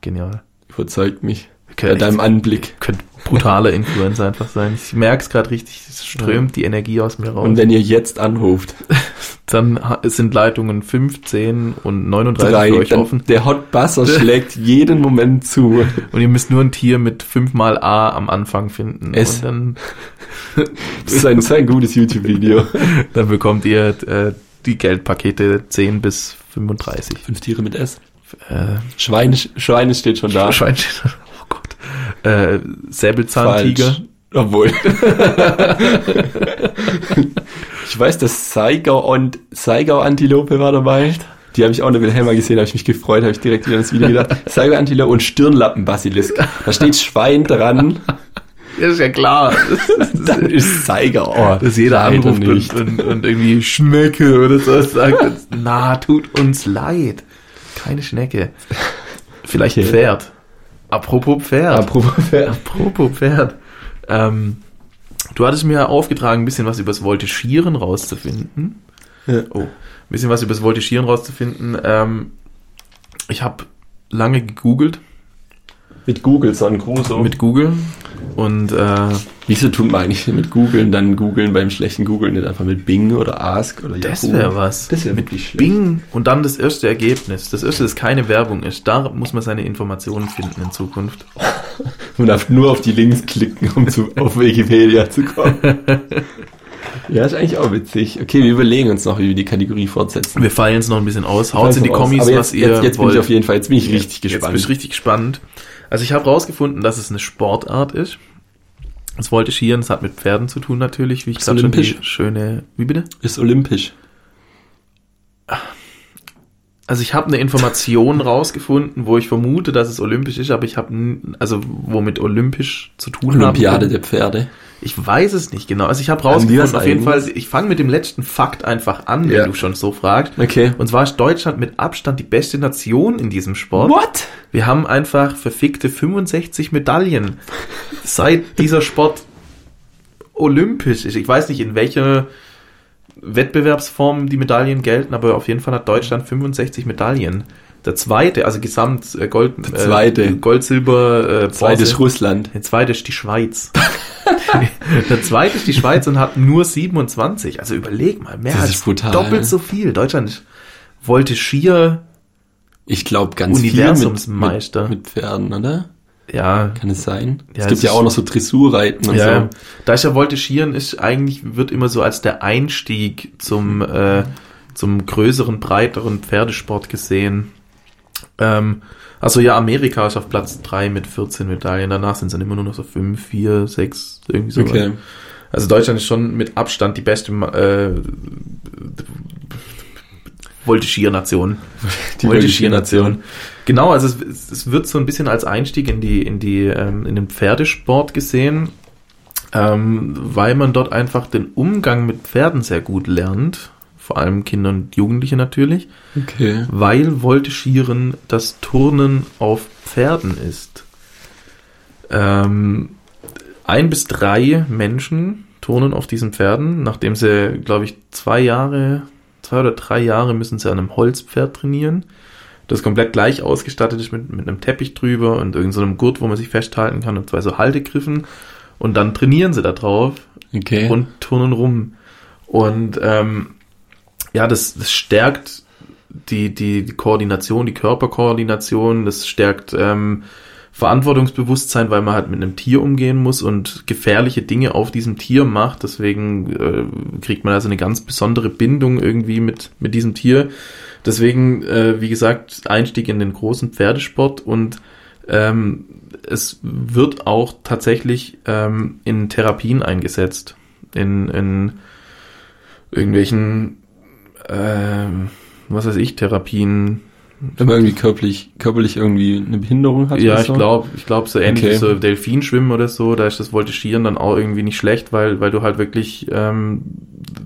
C: Genial.
B: Überzeugt mich.
C: Wir
B: Bei
C: können
B: deinem Anblick.
C: könnte
B: <laughs>
C: brutaler Influencer einfach sein. Ich merke es gerade richtig. Es strömt die Energie aus mir raus.
B: Und wenn ihr jetzt
C: <laughs>
B: anruft,
C: dann ha- es sind Leitungen 15 und 39
B: drei,
C: für euch
B: dann,
C: offen.
B: der Hot Buzzer schlägt jeden Moment zu.
C: Und ihr müsst nur ein Tier mit fünfmal A am Anfang finden.
B: Es-
C: Und dann
B: Das ist ein, das ist ein gutes YouTube-Video.
C: Dann bekommt ihr äh, die Geldpakete 10 bis 35.
B: Fünf Tiere mit S.
C: Äh,
B: Schweine, Schweine steht schon da.
C: Schein- <laughs> Oh Gott. Äh, Säbelzahntiger.
B: Falsch.
C: <laughs>
B: Obwohl. ich weiß, dass Saigau und Saigau-Antilope war dabei. Die habe ich auch in der Wilhelma gesehen, habe ich mich gefreut, habe ich direkt wieder ins Video
C: <laughs>
B: gedacht. Saigau-Antilope und Stirnlappen-Basilisk. Da steht Schwein dran,
C: Das ist
B: <laughs>
C: ja klar. <laughs> Das,
B: dann ist Saigau. Oh,
C: dass jeder
B: leider
C: anruft <laughs> und, und, und irgendwie Schnecke oder so sagt. Und, Na, tut uns leid. Keine Schnecke. Vielleicht ein
B: Okay.
C: Pferd. Apropos Pferd.
B: Apropos Pferd.
C: Apropos Pferd. Ähm, du hattest mir aufgetragen, ein bisschen was über das Voltigieren rauszufinden.
B: Ja.
C: Oh, ein bisschen was über das Voltigieren rauszufinden. Ähm, ich habe lange gegoogelt
B: Mit Google, San Crusoe.
C: mit Google. Und äh,
B: Wieso tut man eigentlich mit Googeln dann Googeln beim schlechten Googeln nicht einfach mit Bing oder Ask oder
C: das wäre was.
B: Das wäre
C: mit
B: wirklich schlecht.
C: Bing und dann das erste Ergebnis. Das erste, das keine Werbung ist. Da muss man seine Informationen finden in Zukunft.
B: Man darf nur auf die Links klicken, um
C: <laughs>
B: zu, auf Wikipedia zu kommen. ja, ist eigentlich auch witzig. Okay, wir überlegen uns noch, wie wir die Kategorie fortsetzen.
C: Wir fallen jetzt noch ein bisschen aus. Haut in die Kommis,
B: Aber jetzt,
C: was ihr
B: jetzt, jetzt bin
C: wollt.
B: ich auf jeden Fall, jetzt bin ich richtig
C: Jetzt
B: gespannt.
C: bist du richtig gespannt. Also ich habe rausgefunden, dass es eine Sportart ist. Das wollte ich hier, und das hat mit Pferden zu tun natürlich, wie ich
B: Ist
C: gerade schon die
B: olympisch.
C: schöne. Wie bitte?
B: ist olympisch.
C: Also ich habe eine Information <laughs> rausgefunden, wo ich vermute, dass es olympisch ist, aber ich habe n- also womit olympisch zu tun
B: Olympiade
C: haben.
B: der Pferde.
C: Ich weiß es nicht genau. Also ich habe
B: Haben die
C: rausgefunden,
B: was
C: auf jeden
B: Eigenes?
C: Fall, ich fange mit dem letzten Fakt einfach an,
B: Ja.
C: wenn du schon so fragst.
B: Okay.
C: Und zwar ist Deutschland mit Abstand die beste Nation in diesem Sport.
B: What?
C: Wir haben einfach verfickte 65 Medaillen, seit dieser Sport olympisch ist. Ich weiß nicht, in welcher Wettbewerbsform die Medaillen gelten, aber auf jeden Fall hat Deutschland 65 Medaillen. Der zweite, also Gesamt äh, Gold,
B: Der zweite.
C: Äh, Gold, Silber, äh,
B: Zweites
C: Bronze.
B: Russland.
C: Der zweite ist die Schweiz. <laughs> Der zweite ist die Schweiz und hat nur 27. Also überleg mal, mehr
B: Das ist
C: als
B: brutal.
C: doppelt so viel. Deutschland wollte schier,
B: Ich glaube ganz
C: Universumsmeister.
B: viel mit, mit, mit Pferden, oder?
C: ja,
B: Kann es sein?
C: Ja,
B: es
C: es
B: gibt ja
C: ist-
B: auch noch so Dressurreiten und
C: ja.
B: so.
C: Da ich ja wollte schieren, ist eigentlich, wird immer so als der Einstieg zum, äh, zum größeren, breiteren Pferdesport gesehen. Ähm, also ja, Amerika ist auf Platz 3 mit 14 Medaillen. Danach sind es dann immer nur noch so 5, 4, 6, irgendwie so.
B: Okay.
C: Also Deutschland ist schon mit Abstand die beste äh, Voltigiernation.
B: Die Voltigernation.
C: Genau, also es, es wird so ein bisschen als Einstieg in die in die ähm, in den Pferdesport gesehen, ähm, weil man dort einfach den Umgang mit Pferden sehr gut lernt, vor allem Kinder und Jugendliche natürlich,
B: Okay.
C: weil Voltigieren das Turnen auf Pferden ist. Ähm, ein bis drei Menschen turnen auf diesen Pferden, nachdem sie, glaube ich, zwei Jahre, zwei oder drei Jahre müssen sie an einem Holzpferd trainieren, das komplett gleich ausgestattet ist mit, mit einem Teppich drüber und irgendeinem so einem Gurt, wo man sich festhalten kann und zwei so Haltegriffen. Und dann trainieren sie da drauf
B: Okay.
C: und turnen rum. Und ähm, ja, das, das stärkt die, die, die Koordination, die Körperkoordination, das stärkt ähm, Verantwortungsbewusstsein, weil man halt mit einem Tier umgehen muss und gefährliche Dinge auf diesem Tier macht. Deswegen äh, kriegt man also eine ganz besondere Bindung irgendwie mit, mit diesem Tier. Deswegen, äh, wie gesagt, Einstieg in den großen Pferdesport und ähm, es wird auch tatsächlich ähm, in Therapien eingesetzt. In, in irgendwelchen, ähm, was weiß ich, Therapien.
B: Wenn man irgendwie körperlich, körperlich irgendwie eine Behinderung hat oder
C: ja, ich
B: Also so.
C: glaube, ich glaube, so ähnlich
B: Okay.
C: wie so Delfinschwimmen oder so, da ist das Voltigieren dann auch irgendwie nicht schlecht, weil, weil du halt wirklich ähm,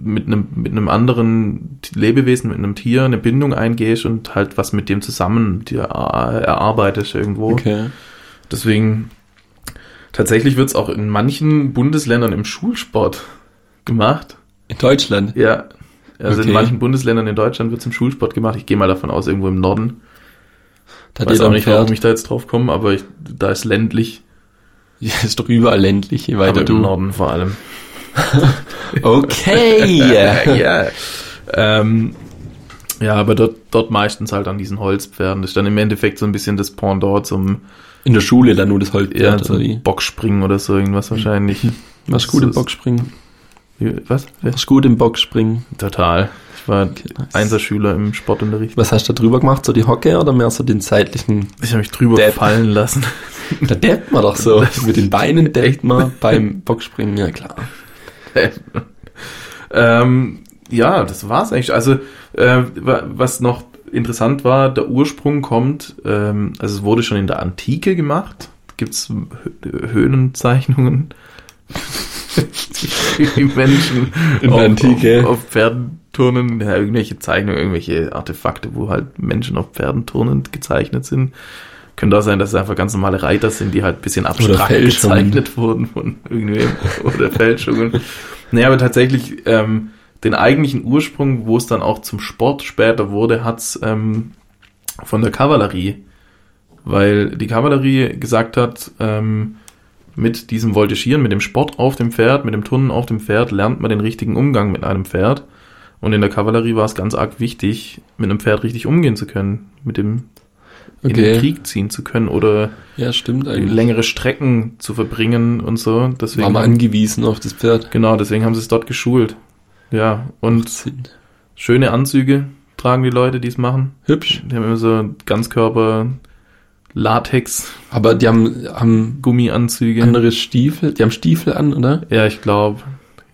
C: mit einem mit einem anderen T- Lebewesen, mit einem Tier eine Bindung eingehst und halt was mit dem zusammen dir er- erarbeitest irgendwo.
B: Okay.
C: Deswegen, tatsächlich wird es auch in manchen Bundesländern im Schulsport gemacht.
B: In Deutschland.
C: Ja. Also in
B: Okay.
C: manchen Bundesländern in Deutschland wird es im Schulsport gemacht. Ich gehe mal davon aus, irgendwo im Norden.
B: Da hat
C: weiß
B: jeder
C: auch
B: ein
C: nicht,
B: Pferd.
C: warum ich da jetzt drauf komme, aber ich, da ist ländlich.
B: Ja, <laughs> ist doch überall ländlich, je weiter
C: aber im
B: du.
C: Norden vor allem.
B: Okay.
C: <laughs> ja. Ähm, ja, aber dort, dort meistens halt an diesen Holzpferden. Das ist dann im Endeffekt so ein bisschen das Pendant zum,
B: In der Schule dann nur das Holzpferd
C: ja,
B: ja, oder wie?
C: zum Bockspringen oder so irgendwas
B: Hm. <laughs>
C: wahrscheinlich.
B: Machst gut
C: Das
B: im
C: ist-
B: Boxspringen.
C: Wie- Was?
B: Machst gut im Boxspringen.
C: Total. Ich war
B: nice.
C: Einserschüler im Sportunterricht.
B: Was hast du da drüber gemacht? So die Hocke oder mehr so den seitlichen?
C: Ich habe mich drüber
B: Depp.
C: fallen <laughs> lassen.
B: Da deppt man doch
C: <laughs>
B: so. Mit den Beinen deppt man beim Boxspringen. Ja, klar.
C: ähm, ja, das war's eigentlich. Also äh, wa- was noch interessant war, der Ursprung kommt, ähm, also es wurde schon in der Antike gemacht. Gibt's Hö- Höhlenzeichnungen? <laughs> Die Menschen
B: In der
C: auf,
B: Antike.
C: auf, auf Pferden turnen, ja, irgendwelche Zeichnungen, irgendwelche Artefakte, wo halt Menschen auf Pferden turnend gezeichnet sind. Könnte auch sein, dass es einfach ganz normale Reiter sind, die halt ein bisschen abstrakt
B: Fälschungen.
C: gezeichnet wurden von irgendwem <laughs> oder Fälschungen. Naja, aber tatsächlich ähm, den eigentlichen Ursprung, wo es dann auch zum Sport später wurde, hat's ähm, von der Kavallerie weil die Kavallerie gesagt hat, ähm, mit diesem Voltigieren, mit dem Sport auf dem Pferd, mit dem Turnen auf dem Pferd lernt man den richtigen Umgang mit einem Pferd. Und in der Kavallerie war es ganz arg wichtig, mit einem Pferd richtig umgehen zu können, mit dem in den Krieg ziehen zu können oder
B: Ja, stimmt eigentlich.
C: längere Strecken zu verbringen und so. Deswegen
B: War mal angewiesen auf das Pferd.
C: Genau, deswegen haben sie es dort geschult. Ja, und schöne Anzüge tragen die Leute, die es machen.
B: Hübsch.
C: Die haben immer so Ganzkörper, Latex,
B: Aber die haben, haben
C: Gummianzüge.
B: andere Stiefel. Die haben Stiefel an, oder?
C: Ja, ich glaube,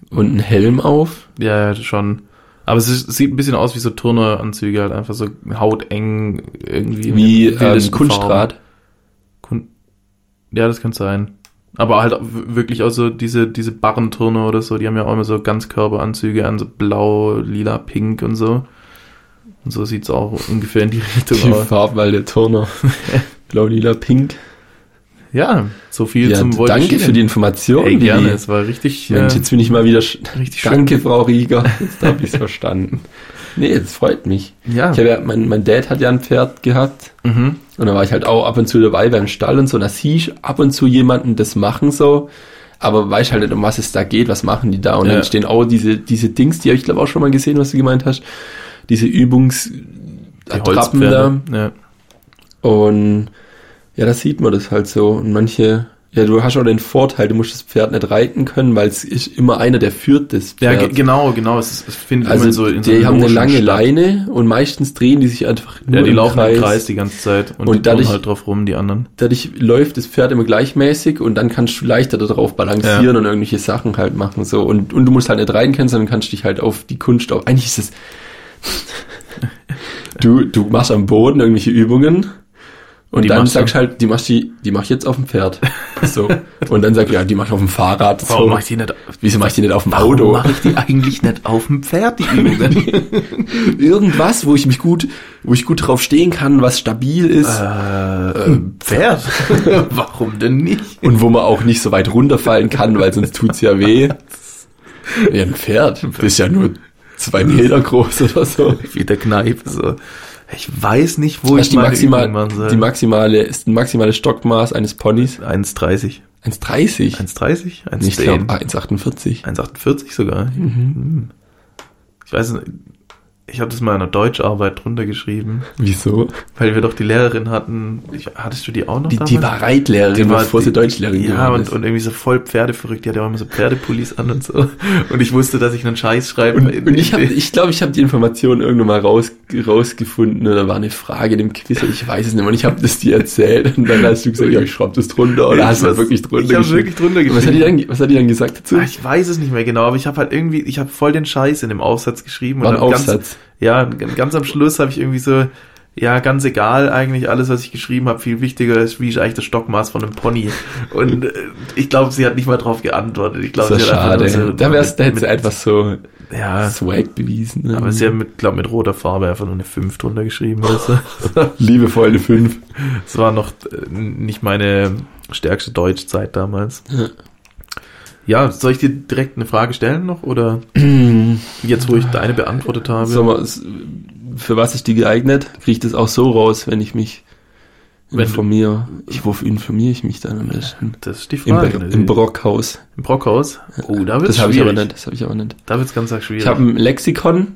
B: Und einen Helm auf.
C: ja, ja, schon. Aber es ist, sieht ein bisschen aus wie so Turneranzüge, halt einfach so hauteng irgendwie.
B: Wie
C: mit wildesten
B: ähm, Kunstgrad.
C: Farben. Kun ja, das kann sein. Aber halt w- wirklich auch so diese, diese Barrenturne oder so, die haben ja auch immer so Ganzkörperanzüge an, so blau, lila, pink und so. Und so sieht's auch ungefähr in die Richtung
B: Die
C: aus.
B: Farben, weil der
C: <laughs>
B: Turner. Blau, lila, pink.
C: Ja, so viel
B: Ja,
C: zum Voltigieren.
B: danke für die Information.
C: Ey, gerne,
B: Lilly.
C: es war richtig,
B: Mensch,
C: äh,
B: jetzt bin ich mal wieder. sch-
C: richtig schön.
B: Danke, Frau
C: <laughs>
B: Rieger. Jetzt habe ich es verstanden. Nee, das freut mich.
C: Ja.
B: Ich hab ja, mein, mein Dad hat ja ein Pferd gehabt.
C: Mhm.
B: Und da war ich halt auch ab und zu dabei beim Stall und so. Und da sieh ich ab und zu jemanden das machen so. Aber weiß halt nicht, um was es da geht, was machen die da. Und
C: Ja.
B: dann stehen auch diese, diese Dings, die habe ich glaube auch schon mal gesehen, was du gemeint hast. Diese Übungs-Attrappen
C: Die Holzpferde. Ja.
B: da. Und ja, das sieht man das halt so. Und manche, ja, du hast auch den Vorteil, du musst das Pferd nicht reiten können, weil es ist immer einer, der führt das
C: Ja,
B: Pferd.
C: ge- genau, genau. Es, ist- es findet immer
B: Also
C: in so in so
B: die haben eine
C: Logen
B: lange
C: statt.
B: Leine und meistens drehen die sich einfach
C: Ja, die laufen im Kreis die ganze Zeit und,
B: Und
C: die tun
B: dadurch-
C: halt drauf rum, die anderen.
B: Dadurch läuft das Pferd immer gleichmäßig und dann kannst du leichter darauf balancieren
C: Ja.
B: und irgendwelche Sachen halt machen. So. Und, und du musst halt nicht rein können, sondern kannst dich halt auf die Kunst auf. Eigentlich ist
C: <laughs>
B: es. du, du machst am Boden irgendwelche Übungen und
C: Die
B: dann
C: machst du-
B: sagst halt, die machst die, die mach ich jetzt auf dem Pferd. So. und dann sagst du, ja, die mach ich auf dem Fahrrad. So.
C: die nicht
B: Wieso mach ich die nicht auf dem Auto?
C: ich die eigentlich nicht auf dem
B: <laughs>
C: Pferd, die Übungen?
B: Irgendwas, wo ich mich gut, wo ich gut drauf stehen kann, was stabil
C: Ah.
B: ist.
C: Pferd? Äh, <laughs> Warum denn nicht?
B: Äh, hm. Und wo man auch nicht so weit runterfallen kann, weil sonst tut's ja weh. Ja, ein Pferd. Das ist ja nur zwei Meter groß oder so.
C: Wie der Kneipe so. Ich weiß nicht, wo
B: Das ist Also die,
C: Übungen
B: maximal,
C: machen soll.
B: die maximale, ist ein maximales Stockmaß eines Ponys.
C: 1,30.
B: 1,30.
C: 1,30? 1,10?
B: Ich Mhm. glaube 1,48.
C: 1,48 sogar. Hm. Ich weiß nicht, ich habe das mal in einer Deutscharbeit drunter geschrieben,
B: Wieso?
C: weil wir doch die Lehrerin hatten. Ich, hattest du die auch noch
B: Die, die war Reitlehrerin,
C: Die war-
B: bevor sie Deutschlehrerin
C: Ja,
B: geworden
C: und,
B: ist.
C: und irgendwie so voll Pferdeverrückt. Die hat ja auch immer so Pferdepullis an und so. Und ich wusste, dass ich einen Scheiß schreibe.
B: Und, und ich glaube, ich, glaub, ich habe die Information irgendwann mal raus, rausgefunden oder war eine Frage in dem Quiz, ich weiß es nicht mehr. Und ich habe das dir erzählt und dann hast du gesagt, ja, ich schraub das drunter oder hast du
C: was-
B: wirklich drunter
C: Ich habe
B: geschrieben?
C: wirklich drunter
B: was, hat die dann, ge- was hat die dann gesagt dazu?
C: Ah, ich weiß es nicht mehr genau, aber ich habe halt irgendwie, ich habe voll den Scheiß in dem Aufsatz geschrieben.
B: War ein
C: hab Ganz,
B: Aufsatz.
C: ja, g- ganz am Schluss habe ich irgendwie so, ja, ganz egal eigentlich, alles, was ich geschrieben habe, viel wichtiger ist, wie ist eigentlich das Stockmaß von einem Pony. Und äh, ich glaube, sie hat nicht mal drauf geantwortet. Ich glaube,
B: Das
C: sie
B: ist
C: hat einfach
B: schade.
C: nur so-
B: da wär's, da hättest du
C: mit-
B: einfach so
C: Ja,
B: Swag bewiesen. ne?
C: aber sie hat mit, glaube mit roter Farbe einfach nur eine 5 drunter geschrieben. Oder so.
B: Liebevoll eine 5.
C: Das war noch äh, nicht meine stärkste Deutschzeit damals.
B: Ja.
C: Ja, soll ich dir direkt eine Frage stellen
B: <clears throat>
C: noch oder jetzt, wo ich deine beantwortet habe?
B: Sag mal, s- für was ist die geeignet? Kriege ich das auch so raus, wenn ich mich
C: Wenn-
B: informiere? Ich, wofür informiere ich mich dann am besten?
C: das ist die
B: Im,
C: Frage. ne?
B: Bro- Im Brockhaus.
C: Im Brockhaus. Oh, da wird's
B: Das habe ich aber
C: schwierig.
B: nicht. Das habe ich aber nicht.
C: Da wird's ganz arg schwierig.
B: Ich habe ein Lexikon,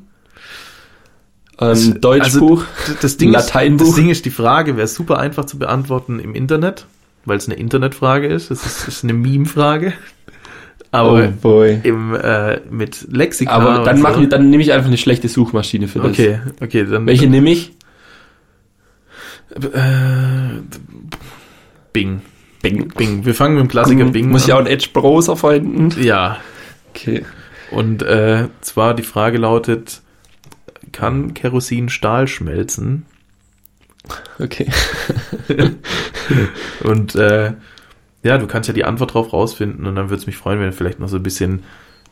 C: Also,
B: ein Deutschbuch.
C: d- das Ding, ist,
B: Lateinbuch.
C: das Ding ist, die Frage wäre super einfach zu beantworten im Internet, weil es eine Internetfrage ist. Es ist, es ist eine Meme-Frage. Aber
B: Oh, boy.
C: im, äh, mit Lexika.
B: Aber
C: und
B: dann
C: so.
B: machen wir, dann nehme ich einfach eine schlechte Suchmaschine für das.
C: Okay, okay, dann.
B: Welche nehme ich?
C: Äh, Bing.
B: Bing. Mhm.
C: Bing. Wir fangen mit dem Klassiker Bing
B: Hm, Muss Also, ich auch einen Edge Browser verwenden?
C: Ja.
B: Okay.
C: Und äh, zwar die Frage lautet, kann Kerosin Stahl schmelzen?
B: Okay.
C: Und äh, ja, du kannst ja die Antwort drauf rausfinden und dann würde es mich freuen, wenn du vielleicht noch so ein bisschen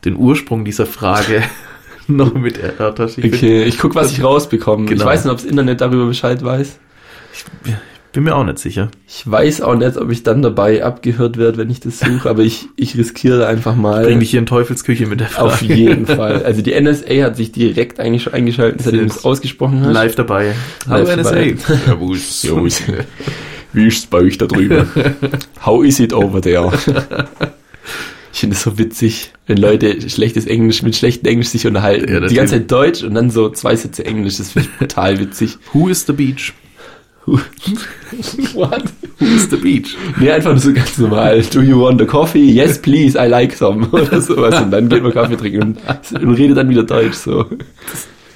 C: den Ursprung dieser Frage <laughs> noch mit erörterst. Ich bin,
B: Okay, ich guck, was ich rausbekomme.
C: Genau.
B: Ich weiß nicht, ob das Internet darüber Bescheid weiß.
C: bin mir auch nicht sicher.
B: Ich weiß auch nicht, ob ich dann dabei abgehört werde, wenn ich das suche, aber ich, ich riskiere einfach mal.
C: Bring dich hier in Teufelsküche mit der Frage.
B: auf jeden Fall. Also die NSA hat sich direkt eigentlich schon eingeschaltet, seitdem du es ausgesprochen hast.
C: Live dabei.
B: Live dabei.
C: Servus.
B: Servus. <laughs> Wie ist es bei euch da <laughs> drüben? How is it over there? Ich finde es so witzig, wenn Leute schlechtes Englisch mit schlechtem Englisch sich unterhalten.
C: Ja,
B: Die
C: natürlich.
B: ganze Zeit Deutsch und dann so zwei Sätze Englisch. Das finde ich total witzig.
C: Who is the beach?
B: <laughs> What?
C: Who is the beach?
B: Nee, einfach nur so ganz normal. Do you want a coffee? Yes, please, I like some. <laughs> Oder sowas. Und dann geht man Kaffee trinken <laughs> und, und redet dann wieder Deutsch so.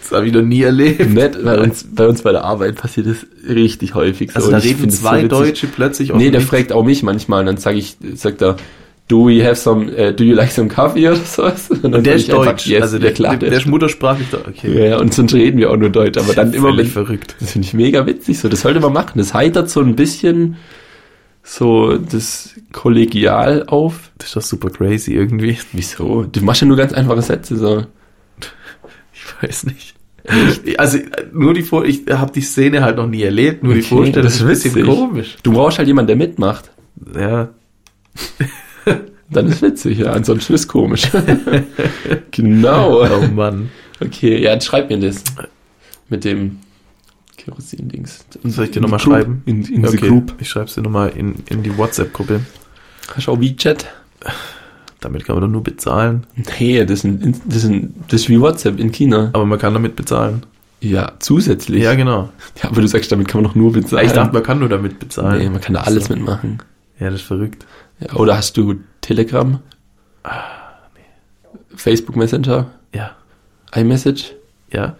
C: Das habe ich noch nie erlebt.
B: Nett, bei uns, bei uns bei der Arbeit passiert das richtig häufig. So.
C: Also da
B: Und ich
C: reden
B: finde es so
C: zwei
B: witzig.
C: Deutsche plötzlich
B: Nee, der
C: mich.
B: fragt auch mich manchmal. Dann sage ich, sagt er, do we have some, äh, do you like some coffee oder <laughs> sowas? Und dann
C: Und der
B: sag
C: ist
B: ich einfach,
C: deutsch.
B: Yes,
C: also der,
B: ja, klar,
C: der, der ist muttersprachlich. Deutsch. Okay.
B: Ja, ja, und sonst reden wir auch nur Deutsch, aber dann immer
C: Völlig
B: mit,
C: verrückt.
B: das finde ich mega witzig, so, das sollte man machen. Das heitert so ein bisschen so das kollegial auf.
C: Das ist doch super crazy irgendwie. <laughs>
B: Wieso? Du machst ja nur ganz einfache Sätze, so.
C: Ich weiß nicht. Also nur die Vor ich habe die Szene halt noch nie erlebt, nur die
B: Okay,
C: Vorstellung
B: das
C: ist ein bisschen
B: witzig.
C: komisch.
B: Du brauchst halt jemanden, der mitmacht.
C: Ja,
B: Dann ist witzig, ja. Ansonsten ist komisch. <laughs>
C: <laughs>
B: genau.
C: oh Mann.
B: Okay, ja, dann schreib mir das. Mit dem Kerosin-Dings.
C: Soll ich dir nochmal
B: Group.
C: schreiben?
B: In, <laughs> in the
C: okay,
B: group.
C: ich schreib's dir nochmal in, in die WhatsApp-Gruppe.
B: Hast du auch WeChat?
C: Damit kann man doch nur bezahlen.
B: Nee, das ist, ein, das, ist ein, das ist wie WhatsApp in China.
C: Aber man kann damit bezahlen.
B: Ja, zusätzlich. <laughs>
C: Ja, genau.
B: Ja, aber du sagst, damit kann man doch nur bezahlen.
C: Ich dachte, man kann nur damit bezahlen.
B: nee, man kann da alles
C: So.
B: mitmachen.
C: Ja, das ist verrückt.
B: Ja, oder hast du Telegram? Facebook Messenger?
C: Ja.
B: iMessage?
C: Ja.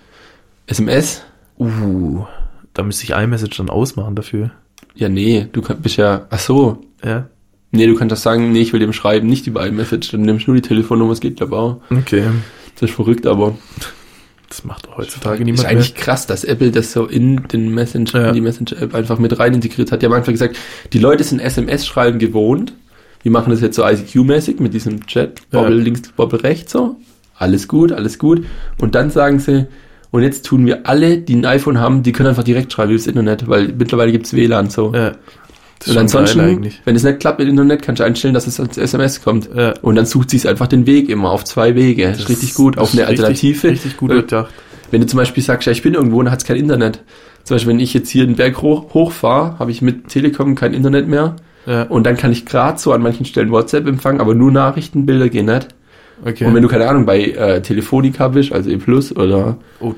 B: SMS?
C: Uh, da müsste ich iMessage dann ausmachen dafür.
B: Ja, nee, du kann, bist ja, ach so.
C: Ja.
B: Nee, du kannst doch sagen, nee, ich will dem schreiben, nicht über iMessage, dann nimmst du nur die Telefonnummer, es geht, glaube ich, auch.
C: Okay.
B: Das ist verrückt, aber
C: Das macht doch heutzutage
B: ist
C: niemand mehr.
B: eigentlich krass, dass Apple das so in den Messenger,
C: Ja.
B: in die Messenger-App einfach mit rein integriert hat. Die haben einfach gesagt, die Leute sind SMS-Schreiben gewohnt. Wir machen das jetzt so ICQ-mäßig mit diesem Chat,
C: Ja.
B: Bobbel links, Bobbel rechts, so. Alles gut, alles gut. Und dann sagen sie, und jetzt tun wir alle, die ein iPhone haben, die können einfach direkt schreiben übers Internet, weil mittlerweile gibt's WLAN so.
C: Ja. Das ist
B: und
C: schon
B: ansonsten,
C: geil eigentlich.
B: wenn es nicht klappt mit Internet, kannst du einstellen, dass es als SMS kommt.
C: Ja.
B: Und dann sucht sie es einfach den Weg immer auf zwei Wege. Das ist richtig gut, auf
C: das ist
B: eine Alternative.
C: Richtig, richtig gut
B: Äh,
C: durchdacht.
B: wenn du zum Beispiel sagst, ja, ich bin irgendwo und hat's kein Internet. Zum Beispiel, wenn ich jetzt hier den Berg hoch, hochfahre, habe ich mit Telekom kein Internet mehr.
C: Ja.
B: Und dann kann ich gerade so an manchen Stellen WhatsApp empfangen, aber nur Nachrichten, Bilder gehen nicht.
C: okay.
B: Und wenn du, keine Ahnung, bei äh, Telefonica bist, also E Plus oder
C: O2.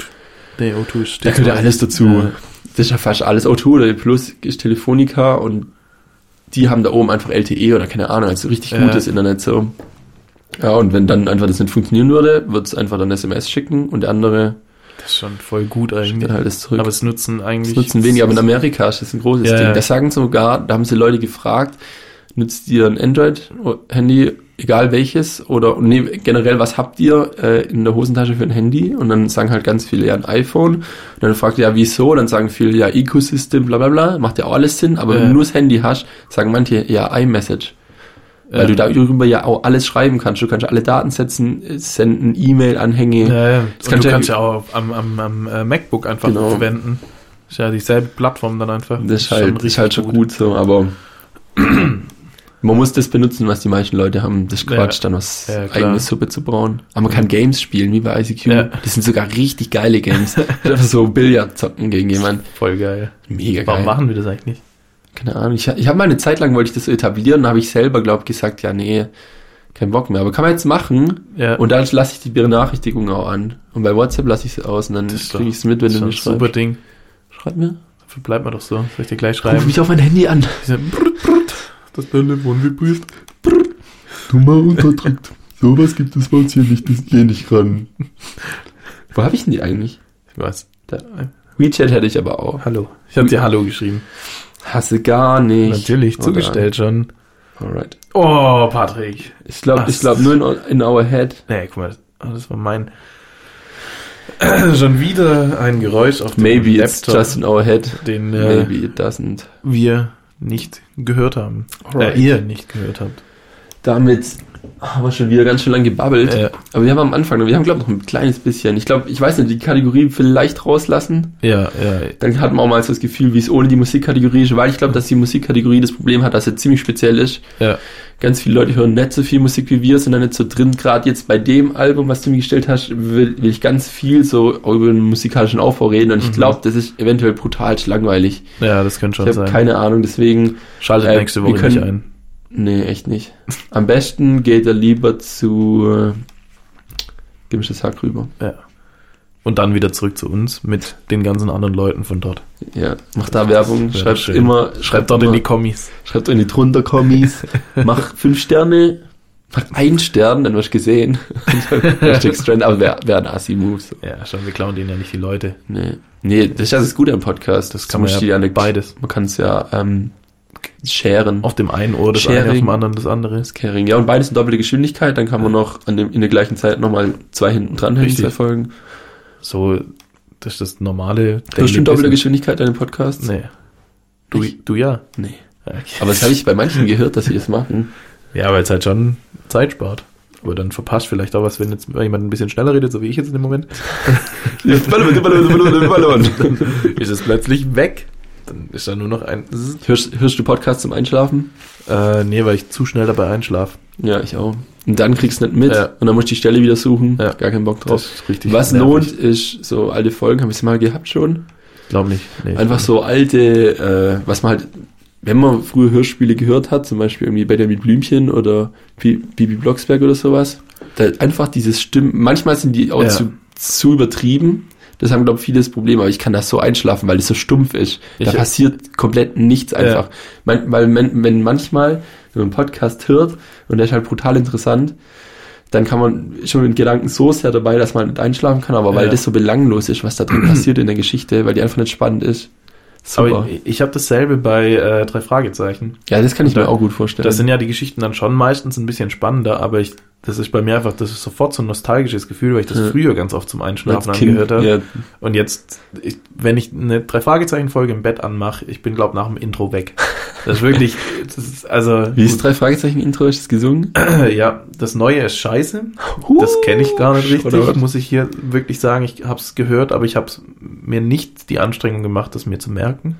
C: Nee, O2 ist
B: da gehört ja alles dazu.
C: Ja.
B: Das ist ja fast alles O2 oder E Plus ist Telefonica und die haben da oben einfach LTE oder keine Ahnung, also richtig
C: Ja.
B: gutes Internet so. Ja, und wenn dann einfach das nicht funktionieren würde, wird's einfach dann SMS schicken und der andere
C: Das ist schon voll gut
B: dann
C: eigentlich.
B: halt das zurück.
C: Aber es nutzen eigentlich.
B: Das nutzen weniger, aber in Amerika ist das ein großes
C: Ja,
B: Ding.
C: ja.
B: Das sagen sogar, da haben sie Leute gefragt, nutzt ihr ein Android-Handy, egal welches, oder nee, generell, was habt ihr äh, in der Hosentasche für ein Handy? Und dann sagen halt ganz viele, ja, ein iPhone. Und dann fragt ihr, ja, wieso? Dann sagen viele, ja, Ecosystem, bla bla bla, macht ja auch alles Sinn, aber
C: Ja.
B: wenn du nur das Handy hast, sagen manche, ja, iMessage. Weil
C: Ja.
B: du darüber ja auch alles schreiben kannst. Du kannst alle Daten setzen, äh, senden, E-Mail-Anhänge.
C: Ja, ja.
B: Das kannst
C: Und du
B: du ja-
C: kannst ja auch am, am, am äh, MacBook einfach
B: Genau.
C: verwenden. Ist ja dieselbe Plattform dann einfach.
B: Das ist halt, ist halt schon gut. so,
C: <clears throat>
B: aber man muss das benutzen, was die meisten Leute haben. Das ist
C: Ja.
B: Quatsch, dann was
C: Ja, klar. Mhm.
B: eigene Suppe zu brauen. Aber man kann Games spielen, wie bei ICQ.
C: Ja.
B: Das sind sogar richtig geile
C: <laughs>
B: Games. Einfach so Billard zocken gegen jemanden.
C: Voll geil.
B: Mega geil.
C: Warum machen wir das eigentlich nicht?
B: Keine Ahnung. Ich, ich habe mal eine Zeit lang wollte ich das so etablieren, habe ich selber, glaube ich, gesagt, ja, nee, kein Bock mehr. Aber kann man jetzt machen.
C: Ja.
B: Und dann lasse ich die Benachrichtigung auch an. Und bei WhatsApp lasse ich es aus und dann
C: Das ist
B: kriege
C: doch-
B: ich es mit, wenn
C: das ist
B: du
C: doch
B: mir
C: ein
B: schreibst.
C: super Ding.
B: Schreib mir.
C: Dafür bleibt man doch so. Soll ich dir gleich
B: Ruf <laughs>
C: schreiben?
B: mich auf mein Handy an.
C: Diese brrt, brrt, Das Telefon vibriert.
D: Nummer
B: <laughs>
D: unterdrückt. Sowas gibt es bei uns hier nicht, das hier nicht ran.
B: Wo habe ich denn die eigentlich?
C: Ich weiß.
B: WeChat hätte ich aber auch.
C: Hallo. Ich habe dir Hallo geschrieben.
B: Hasse gar nicht.
C: Natürlich,
B: Oder-
C: zugestellt schon.
B: Alright.
C: Oh, Patrick.
B: Ich glaube, ich
C: Was?
B: glaube nur in, in our head.
C: Nee, guck mal, ah, das war mein. <clears throat> Schon wieder ein Geräusch auf dem
B: Maybe it's
C: Laptop,
B: just in our head.
C: den äh,
B: Maybe it doesn't.
C: wir nicht gehört haben.
B: Alright.
C: Äh, ihr nicht gehört habt.
B: Damit Haben wir schon wieder ganz schön lang gebabbelt.
C: Ja.
B: Aber wir haben am Anfang, wir haben glaube ich noch ein kleines bisschen. Ich glaube, ich weiß nicht, die Kategorie vielleicht rauslassen.
C: Ja, ja.
B: Dann hat man auch mal so das Gefühl, wie es ohne die Musikkategorie ist, weil ich glaube, dass die Musikkategorie das Problem hat, dass sie ziemlich speziell ist.
C: ja.
B: Ganz viele Leute hören nicht so viel Musik wie wir, sind da nicht so drin. Gerade jetzt bei dem Album, was du mir gestellt hast, will, will ich ganz viel so über den musikalischen Aufbau reden
C: Mhm.
B: und ich glaube, das ist eventuell brutal langweilig.
C: Ja, das könnte schon
B: Ich habe
C: sein.
B: keine Ahnung, deswegen,
C: Schaltet
B: äh,
C: nächste
B: wir
C: Woche nicht
B: können-
C: ein.
B: nee, echt nicht. Am besten geht er lieber zu äh, Gib mich das Hack rüber.
C: Ja. Und dann wieder zurück zu uns mit den ganzen anderen Leuten von dort.
B: Ja, macht da Werbung,
C: wäre
B: schreibt
C: schön.
B: immer,
C: Schreibt dort in
B: immer-
C: die Kommis.
B: Schreibt in die drunter
C: <laughs>
B: Kommis. Mach fünf Sterne. Mach einen Stern, dann wirst du
C: <laughs>
B: gesehen. Hashtag Strand, aber wer, wer ein Assi-Move. So.
C: Ja, schon, wir klauen denen ja nicht die Leute.
B: Nee. nee, das ist ja das Gute am Podcast. Das
C: kann man ja
B: beides.
C: beides.
B: Man kann es ja ähm, scheren.
C: Auf dem einen Ohr das eine, auf
B: Sharing.
C: dem anderen das andere.
B: Das Caring. Ja, und beides in doppelte Geschwindigkeit. Dann kann man noch an dem, in der gleichen Zeit nochmal zwei hinten dran hängen,
C: Richtig.
B: zwei Folgen.
C: So, das ist das normale.
B: Hörst du in
C: Daily
B: doppelte
C: Business.
B: Geschwindigkeit deine Podcasts?
C: Nee. Du,
B: Ich-
C: du ja.
B: nee.
C: Okay.
B: Aber das habe ich bei manchen gehört, dass sie das machen.
C: Ja, weil es halt schon Zeit spart. Aber dann verpasst vielleicht auch was, wenn jetzt jemand ein bisschen schneller redet, so wie ich jetzt in
B: <laughs>
C: dem Moment.
B: Ballon, Ballon, Ballon, Ballon.
C: Dann ist es plötzlich weg. Dann ist da nur noch ein. Zzz.
B: Hörst, hörst du Podcasts zum Einschlafen?
C: Äh, nee, weil ich zu schnell dabei einschlafe.
B: Ja, ich auch. Und dann kriegst du nicht mit
C: Ja.
B: und dann musst du die Stelle wieder suchen.
C: Ja.
B: Gar keinen Bock drauf.
C: ist richtig.
B: Was
C: Was nervig.
B: lohnt, ist so alte Folgen, habe ich mal gehabt schon.
C: Ich glaube nicht. Nee,
B: Einfach so alte, äh, was man halt, wenn man früher Hörspiele gehört hat, zum Beispiel irgendwie bei der mit Blümchen oder Bi- Bibi Blocksberg oder sowas, da einfach dieses Stimmen, manchmal sind die auch
C: Ja.
B: zu, zu übertrieben. Das haben, glaube ich, viele das Problem, aber ich kann das so einschlafen, weil es so stumpf ist. Da
C: Ich-
B: passiert komplett nichts einfach. Man, weil man, wenn manchmal, wenn man einen Podcast hört und der ist halt brutal interessant, dann kann man schon mit Gedanken so sehr dabei, dass man nicht einschlafen kann, aber weil
C: Ja.
B: das so belanglos ist, was da
C: <clears throat>
B: drin passiert in der Geschichte, weil die einfach nicht spannend ist. Super.
C: Aber ich, ich habe dasselbe bei äh, drei Fragezeichen.
B: ja, das kann ich
C: Da-
B: mir auch gut vorstellen.
C: Das sind ja die Geschichten dann schon meistens ein bisschen spannender, aber ich, das ist bei mir einfach, das ist sofort so ein nostalgisches Gefühl, weil ich das
B: Ja.
C: früher ganz oft zum
B: Als
C: Einschlafen
B: Kind,
C: angehört habe.
B: ja,
C: Und jetzt, ich, wenn ich eine drei Fragezeichen Folge im Bett anmache, ich bin glaube nach dem Intro weg. Das
B: <laughs>
C: ist wirklich, das ist also äh,
B: Wie ist das drei Fragezeichen Intro ist das gesungen?
C: ja, das Neue ist scheiße. Das kenne ich gar nicht richtig.
B: Oder was?
C: muss ich hier wirklich sagen, ich habe es gehört, aber ich habe mir nicht die Anstrengung gemacht, das mir zu merken,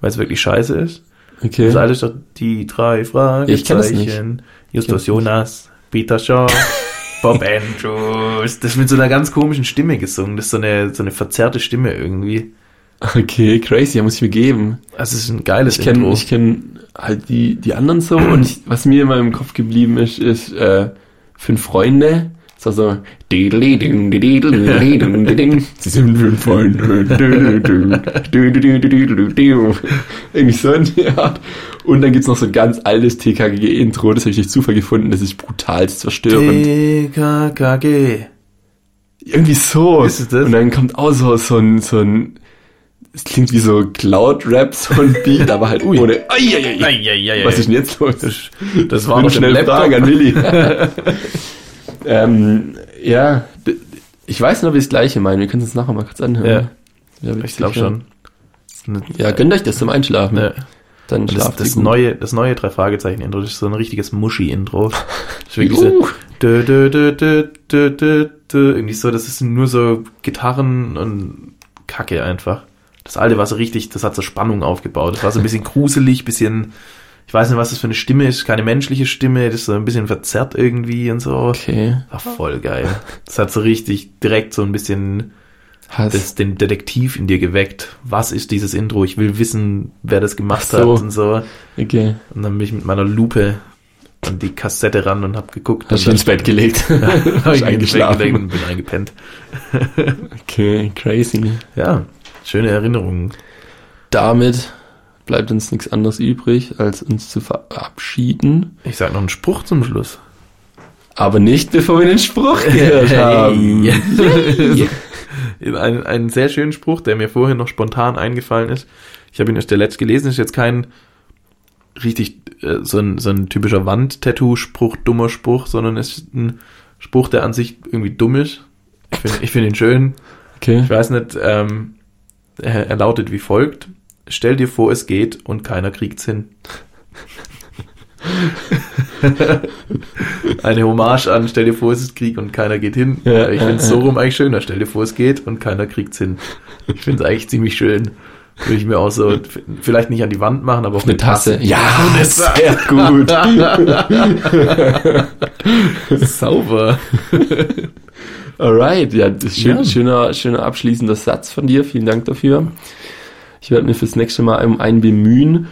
C: weil es wirklich scheiße ist.
B: Okay. <laughs>
C: Das alte ist doch die drei Fragezeichen.
B: Ich kenn das nicht.
C: Justus
B: Ich kenn's
C: Jonas, Peter Shaw,
B: <laughs>
C: Bob Andrews. Das ist mit so einer ganz komischen Stimme gesungen. Das ist so eine, so eine verzerrte Stimme irgendwie.
B: Okay, crazy, ja, muss ich mir geben.
C: Also es ist ein geiles
B: Ich kenne ich kenn halt die, die anderen so und ich, was mir immer im Kopf geblieben ist, ist äh, fünf Freunde. Das war so "Diddle-ding, diddle-ding, diddle-ding." Sie sind fünf Freunde. Diddle-ding, diddle-ding. Irgendwie so in die Art. Und dann gibt's noch so ein ganz altes TKG-Intro, das habe ich durch Zufall gefunden, das ist brutal zerstörend.
C: TKKG.
B: Irgendwie so.
C: Ist es das?
B: Und dann kommt auch so, so ein, so ein, es klingt wie so Cloud-Rap, so ein Beat, aber halt ohne. Ai, ai, ai.
C: Eieiei.
B: Was ist denn jetzt los?
C: das
B: Ich
C: war
B: bin
C: doch schnell
B: Fragen an Willi.
C: <laughs>
B: ähm, ja, d- ich weiß nur, wie das Gleiche meinen. Wir können es uns nachher mal kurz anhören. Ja,
C: Ich glaube schon.
B: Ja, gönnt euch das zum Einschlafen.
C: Ja.
B: Dann
C: Und Das,
B: schlaft
C: das,
B: ihr gut.
C: neue, das neue Drei-Fragezeichen-Intro das ist so ein richtiges
B: <laughs>
C: Muschi-Intro. Das ist wirklich
B: Uh.
C: so, dö, dö, dö, dö, dö, dö, dö. Irgendwie so, das ist nur so Gitarren und Kacke einfach. Das alte war so richtig, das hat so Spannung aufgebaut. Das war so ein bisschen gruselig, bisschen, ich weiß nicht, was das für eine Stimme ist, keine menschliche Stimme, das ist so ein bisschen verzerrt irgendwie und so.
B: Okay,
C: War voll geil. Das hat so richtig direkt so ein bisschen
B: Hass.
C: das den Detektiv in dir geweckt. Was ist dieses Intro? Ich will wissen, wer das gemacht
B: Ach so.
C: hat und so.
B: okay.
C: Und dann bin ich mit meiner Lupe an die Kassette ran und hab geguckt.
B: Hast du
C: und
B: ins Bett <laughs> gelegt.
C: dann <laughs> hab
B: Hast
C: ich eingeschlafen
B: eingeschlafen.
C: und bin eingepennt.
B: Okay, crazy.
C: Ja, schöne Erinnerungen.
B: Damit bleibt uns nichts anderes übrig, als uns zu verabschieden.
C: Ich sag noch einen Spruch zum Schluss.
B: Aber nicht, bevor wir den
C: <laughs>
B: Spruch gehört haben.
C: Ein, einen sehr schönen Spruch, der mir vorhin noch spontan eingefallen ist. Ich habe ihn erst der letzt gelesen, ist jetzt kein richtig äh, so ein, so ein typischer Wand-Tattoo-Spruch, dummer Spruch, sondern es ist ein Spruch, der an sich irgendwie dumm ist. Ich finde ich find ihn schön.
B: Okay.
C: Ich weiß nicht, ähm, er, er lautet wie folgt.
B: <laughs>
C: Stell dir vor, es geht und keiner kriegt's hin. eine Hommage an, stell dir vor, es ist Krieg und keiner geht hin.
B: Ja,
C: ich
B: ja,
C: finde es
B: ja.
C: so rum eigentlich schöner. Stell dir vor, es geht und keiner kriegt's hin. Ich finde es eigentlich ziemlich schön. Würde ich mir auch so, f- vielleicht nicht an die Wand machen, aber auf
B: Eine Tasse. Ja,
C: <laughs> das war-
B: sehr gut.
C: Sauber.
B: Alright, ja, das ist schön,
C: Ja.
B: Schöner, schöner abschließender Satz von dir. Vielen Dank dafür. Ich werde mir fürs nächste Mal um einen bemühen.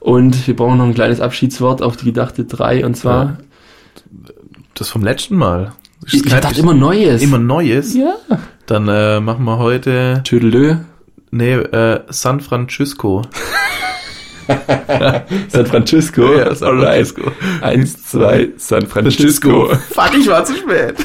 B: Und wir brauchen noch ein kleines Abschiedswort auf die gedachte 3 und zwar.
C: Ja. Das vom letzten Mal.
B: Ich,
C: Ist
B: ich
C: kein-
B: dachte
C: ist
B: immer Neues.
C: immer Neues.
B: Ja.
C: Dann äh, machen wir heute,
B: Tüdelö.
C: nee, äh, San Francisco.
B: San Francisco.
C: Ja, San
B: Alright. Eins, zwei, San Francisco.
C: Fuck, ich war zu spät.